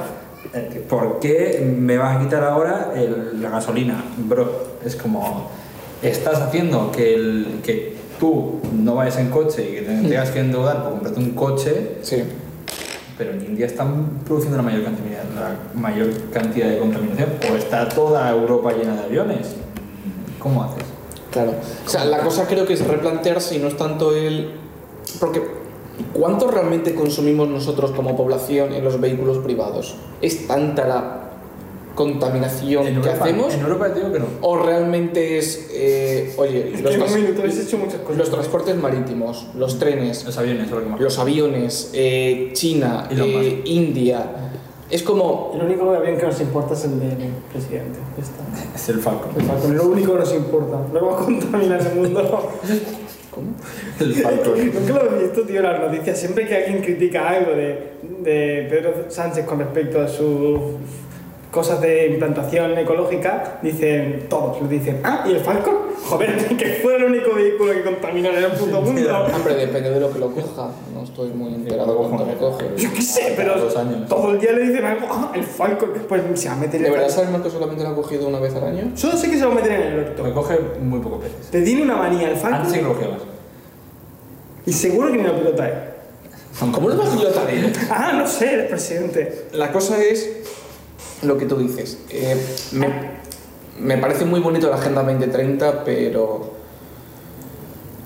[SPEAKER 2] eh, ¿Por qué me vas a quitar ahora el- la gasolina? Bro, es como, estás haciendo que, el- que tú no vayas en coche y que te tengas que endeudar por comprarte un coche,
[SPEAKER 4] Sí.
[SPEAKER 2] pero en India están produciendo la mayor cantidad, la mayor cantidad de contaminación. O está toda Europa llena de aviones. ¿Cómo haces?
[SPEAKER 4] Claro. O sea, la cosa creo que es replantearse y no es tanto el... Porque ¿cuánto realmente consumimos nosotros como población en los vehículos privados? ¿Es tanta la contaminación que
[SPEAKER 2] Europa,
[SPEAKER 4] hacemos?
[SPEAKER 2] En Europa te digo que no.
[SPEAKER 4] ¿O realmente es... eh, oye,
[SPEAKER 3] Es que
[SPEAKER 4] los,
[SPEAKER 3] en un
[SPEAKER 4] trans-
[SPEAKER 3] minuto habéis hecho muchas cosas.
[SPEAKER 4] los transportes marítimos, los trenes,
[SPEAKER 2] Los aviones, es lo que más.
[SPEAKER 4] los aviones, eh, China,
[SPEAKER 2] Elon Musk.
[SPEAKER 4] eh, India... Es como,
[SPEAKER 3] El único avión que nos importa es el del presidente. Ya está.
[SPEAKER 2] Es el Falcon.
[SPEAKER 3] El Falcon, lo único que nos importa. No va a contaminar el mundo.
[SPEAKER 2] El Falcon.
[SPEAKER 3] Nunca lo he visto, tío, en las noticias. Siempre que alguien critica algo de, de Pedro Sánchez con respecto a sus cosas de implantación ecológica, dicen todos, lo dicen, ah, ¿y el Falcon? Joder, que fue el único vehículo que contaminara el puto mundo.
[SPEAKER 4] Hombre, depende de lo que lo coja. No estoy muy enterado de cuánto lo coge.
[SPEAKER 3] Yo qué sé, pero
[SPEAKER 2] Dos años.
[SPEAKER 3] todo el día le dicen algo, ah, el Falcon, pues se va a meter en
[SPEAKER 4] ¿De
[SPEAKER 3] el
[SPEAKER 4] verdad
[SPEAKER 3] Falcon.
[SPEAKER 4] sabemos que solamente lo ha cogido una vez al año?
[SPEAKER 3] Solo sé que se va a meter en el
[SPEAKER 2] Me
[SPEAKER 3] orto.
[SPEAKER 2] coge muy pocos veces.
[SPEAKER 3] Te tiene una manía el
[SPEAKER 2] Antes sí que
[SPEAKER 3] Falcon
[SPEAKER 2] cogía más.
[SPEAKER 3] y seguro que ni lo pilota él.
[SPEAKER 4] ¿Cómo lo vas a pilotar él?
[SPEAKER 3] Ah, no sé, eres presidente.
[SPEAKER 4] La cosa es lo que tú dices. Eh, me, me parece muy bonito la Agenda 2030, pero...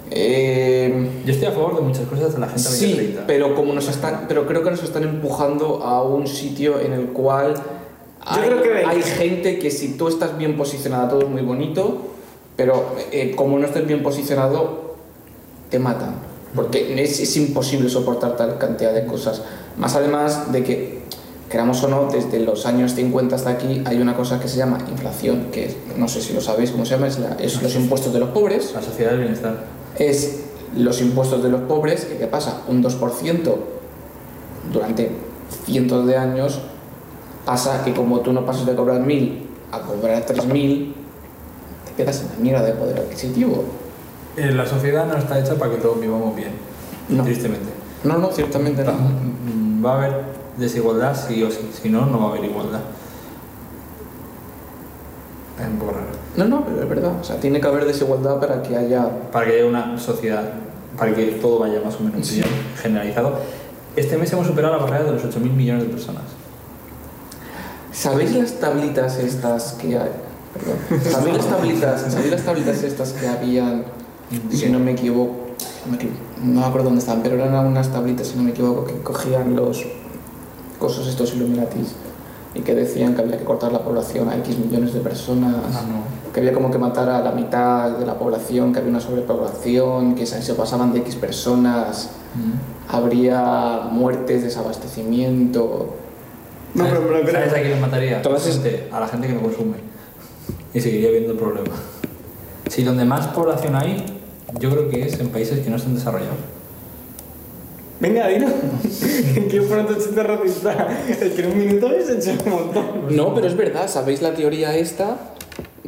[SPEAKER 4] eh,
[SPEAKER 2] Yo estoy a favor de muchas cosas de la gente
[SPEAKER 4] sí,
[SPEAKER 2] 2030.
[SPEAKER 4] pero como nos están, pero creo que nos están empujando a un sitio en el cual hay,
[SPEAKER 3] creo que-
[SPEAKER 4] hay gente que si tú estás bien posicionada todo es muy bonito, pero eh, como no estés bien posicionado te matan, porque es, es imposible soportar tal cantidad de cosas. Más además de que queramos o no, desde los años 50 hasta aquí hay una cosa que se llama inflación, que es- no sé si lo sabéis cómo se llama, es, la-
[SPEAKER 3] Ah,
[SPEAKER 4] es los impuestos de los pobres
[SPEAKER 2] La sociedad del bienestar.
[SPEAKER 4] es los impuestos de los pobres, que ¿qué pasa? Un 2% durante cientos de años pasa que como tú no pasas de cobrar 1.000 a cobrar 3.000, te quedas en la mierda de poder adquisitivo.
[SPEAKER 2] Eh, la sociedad no está hecha para que todos vivamos bien.
[SPEAKER 4] No.
[SPEAKER 2] Tristemente.
[SPEAKER 4] No, no, ciertamente
[SPEAKER 2] Va-
[SPEAKER 4] no.
[SPEAKER 2] mm, Va a haber desigualdad sí o sí, si no, no va a haber igualdad. Es un poco raro.
[SPEAKER 4] No, no, pero es verdad. O sea, tiene que haber desigualdad para que haya...
[SPEAKER 2] Para que haya una sociedad, para que todo vaya más o menos
[SPEAKER 4] Sí.
[SPEAKER 2] bien generalizado. Este mes hemos superado la barrera de los 8.000 millones de personas.
[SPEAKER 4] ¿Sabéis las tablitas estas que hay? Perdón. ¿Sabéis las tablitas, ¿Sabéis las tablitas estas que habían, si no me equivoco, no me equivo- no me acuerdo dónde estaban, pero eran unas tablitas, si no me equivoco, que cogían los cosos estos Illuminatis y que decían que había que cortar la población a X millones de personas, que había como que matar a la mitad de la población, que había una sobrepoblación, que si se pasaban de X personas
[SPEAKER 2] Mm.
[SPEAKER 4] habría muertes, desabastecimiento...
[SPEAKER 3] No, pero, pero creo-
[SPEAKER 2] ¿Sabes a quién mataría?
[SPEAKER 4] Todas es-
[SPEAKER 2] Gente- a la gente que no consume. Y seguiría habiendo el problema. Si donde más población hay, yo creo que es en países que no están desarrollados.
[SPEAKER 3] Venga, dilo. Quiero poner tu chiste racista. Es que en un minuto habéis hecho un montón.
[SPEAKER 4] Pues No, pero es verdad, ¿sabéis la teoría esta?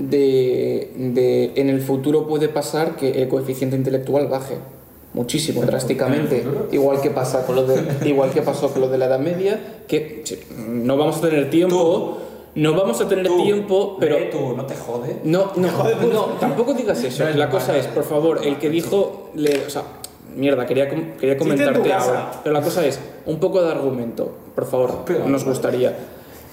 [SPEAKER 4] De, de en el futuro puede pasar que el coeficiente intelectual baje muchísimo, drásticamente,
[SPEAKER 2] futuro?
[SPEAKER 4] igual que pasa con lo de, igual que pasó con lo de la Edad Media, que che, no vamos a tener tiempo, no vamos a tener
[SPEAKER 2] Tú,
[SPEAKER 4] tiempo, pero...
[SPEAKER 2] ve tú, no te jode.
[SPEAKER 4] No, no, no, tampoco digas eso.
[SPEAKER 2] No es
[SPEAKER 4] la
[SPEAKER 2] normal.
[SPEAKER 4] cosa es, por favor, el que dijo. le- o sea, mierda, quería, com- quería
[SPEAKER 3] en tu
[SPEAKER 4] comentarte
[SPEAKER 3] casa.
[SPEAKER 4] ahora. Pero la cosa es, un poco de argumento, por
[SPEAKER 3] Ah,
[SPEAKER 4] favor,
[SPEAKER 2] Pero-
[SPEAKER 4] nos gustaría.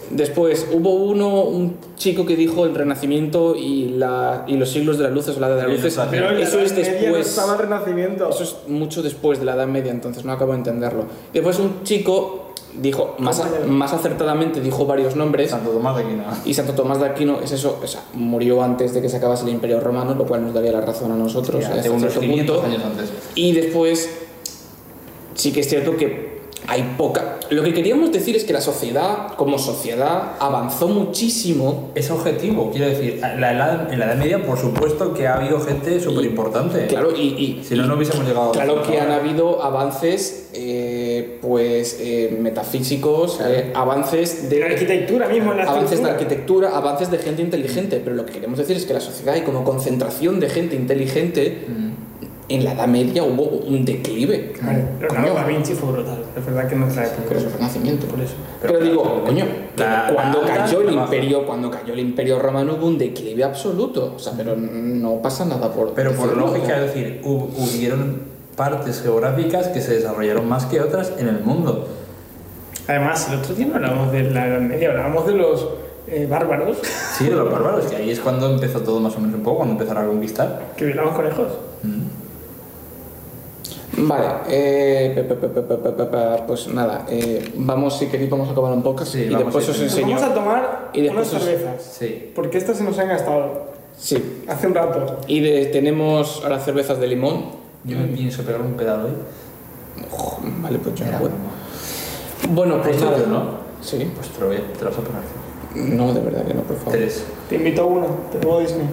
[SPEAKER 4] Después hubo uno, un chico que dijo el renacimiento y, la, y los siglos de las luces o la edad de las
[SPEAKER 2] Y
[SPEAKER 4] luces.
[SPEAKER 2] la
[SPEAKER 3] Pero en la
[SPEAKER 4] Eso es
[SPEAKER 3] Edad Media no
[SPEAKER 4] después.
[SPEAKER 3] estaba el renacimiento.
[SPEAKER 4] Eso es mucho después de la Edad Media, entonces no acabo de entenderlo. Después un chico dijo, más,
[SPEAKER 3] Ah,
[SPEAKER 4] a- más acertadamente dijo varios nombres.
[SPEAKER 2] Santo Tomás de Aquino.
[SPEAKER 4] Y Santo Tomás de Aquino es eso, o sea, murió antes de que se acabase el Imperio Romano, lo cual nos daría la razón a nosotros
[SPEAKER 2] Ya,
[SPEAKER 4] hasta
[SPEAKER 2] de unos
[SPEAKER 4] cierto
[SPEAKER 2] 500
[SPEAKER 4] punto.
[SPEAKER 2] años antes.
[SPEAKER 4] Y después, sí que es cierto que hay poca. Lo que queríamos decir es que la sociedad, como sociedad, avanzó muchísimo.
[SPEAKER 2] Es objetivo, quiero decir, la edad- en la Edad Media, por supuesto que ha habido gente súper importante.
[SPEAKER 4] Claro, y. y-
[SPEAKER 2] Si no,
[SPEAKER 4] y
[SPEAKER 2] no hubiésemos llegado. a-
[SPEAKER 4] Claro que han habido avances, eh, pues, eh, metafísicos, eh, avances de
[SPEAKER 3] En la arquitectura mismo, en la
[SPEAKER 4] avances de
[SPEAKER 3] estructura.
[SPEAKER 4] arquitectura, avances de gente inteligente, pero lo que queremos decir es que la sociedad y como concentración de gente inteligente,
[SPEAKER 3] Mm.
[SPEAKER 4] en la Edad Media hubo un declive.
[SPEAKER 3] Vale, Leonardo
[SPEAKER 4] Coño.
[SPEAKER 3] da Vinci fue brutal. Es verdad que no trae
[SPEAKER 4] Pero es el Renacimiento.
[SPEAKER 3] Por eso.
[SPEAKER 4] Pero, digo, coño,
[SPEAKER 2] La-
[SPEAKER 4] que cuando
[SPEAKER 2] la-
[SPEAKER 4] cayó
[SPEAKER 2] la-
[SPEAKER 4] el
[SPEAKER 2] la-
[SPEAKER 4] imperio, cuando cayó el imperio romano hubo un declive absoluto. O sea, pero no pasa nada por.
[SPEAKER 2] Pero por
[SPEAKER 4] decirlo.
[SPEAKER 2] lógica, es decir, hub- hubieron partes geográficas que se desarrollaron más que otras en el mundo.
[SPEAKER 3] Además, el otro día no hablábamos de la Edad Media, hablábamos de los eh, bárbaros
[SPEAKER 2] Sí, de los bárbaros, que ahí es cuando empezó todo más o menos un poco, cuando empezaron a conquistar.
[SPEAKER 3] que violaban conejos.
[SPEAKER 2] Mm.
[SPEAKER 4] Vale, eh, pe- pe- pe- pe- pe- pe- pe- pues nada, eh, vamos, si queréis, vamos a acabar un poco
[SPEAKER 2] Sí,
[SPEAKER 4] y
[SPEAKER 2] vamos
[SPEAKER 4] después
[SPEAKER 2] a ir
[SPEAKER 4] os
[SPEAKER 3] Nos
[SPEAKER 4] enseño.
[SPEAKER 3] vamos a tomar
[SPEAKER 4] Y
[SPEAKER 3] unas
[SPEAKER 4] después os-
[SPEAKER 3] cervezas.
[SPEAKER 2] Sí.
[SPEAKER 3] Porque estas se nos han gastado
[SPEAKER 4] Sí,
[SPEAKER 3] hace un rato.
[SPEAKER 4] Y de- tenemos ahora cervezas de limón.
[SPEAKER 2] Yo me pienso pegar un pedal hoy.
[SPEAKER 4] Ojo, vale, pues yo no
[SPEAKER 2] Era
[SPEAKER 4] puedo.
[SPEAKER 2] broma.
[SPEAKER 4] Bueno, pues
[SPEAKER 2] Esto,
[SPEAKER 4] nada.
[SPEAKER 2] ¿no?
[SPEAKER 4] Sí.
[SPEAKER 2] Pues te lo voy a- te lo vas a poner.
[SPEAKER 4] No, de verdad que no, por favor.
[SPEAKER 2] Tres.
[SPEAKER 3] Te invito a uno, te debo Disney.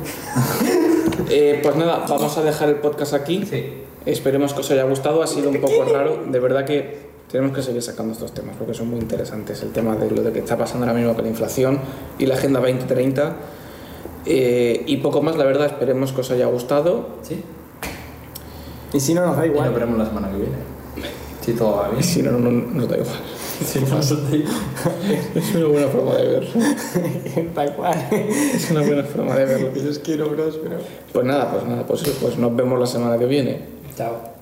[SPEAKER 4] Eh, pues nada, vamos a dejar el podcast aquí.
[SPEAKER 2] Sí.
[SPEAKER 4] Esperemos que os haya gustado. Ha sido un poco raro. De verdad que tenemos que seguir sacando estos temas porque son muy interesantes. El tema de lo de que está pasando ahora mismo con la inflación y la Agenda 2030. Eh, y poco más, la verdad. Esperemos que os haya gustado.
[SPEAKER 2] Sí.
[SPEAKER 3] Y si no, nos da
[SPEAKER 2] Y nos
[SPEAKER 3] igual.
[SPEAKER 2] veremos la semana que viene. Si todo va bien.
[SPEAKER 4] Si no, no no nos da igual. Es una buena forma de verlo.
[SPEAKER 3] Tal cual.
[SPEAKER 4] Es una buena forma de verlo.
[SPEAKER 9] Yo os quiero, bros, pero...
[SPEAKER 4] Pues nada, pues nada, pues, pues nos vemos la semana que viene.
[SPEAKER 2] Chao.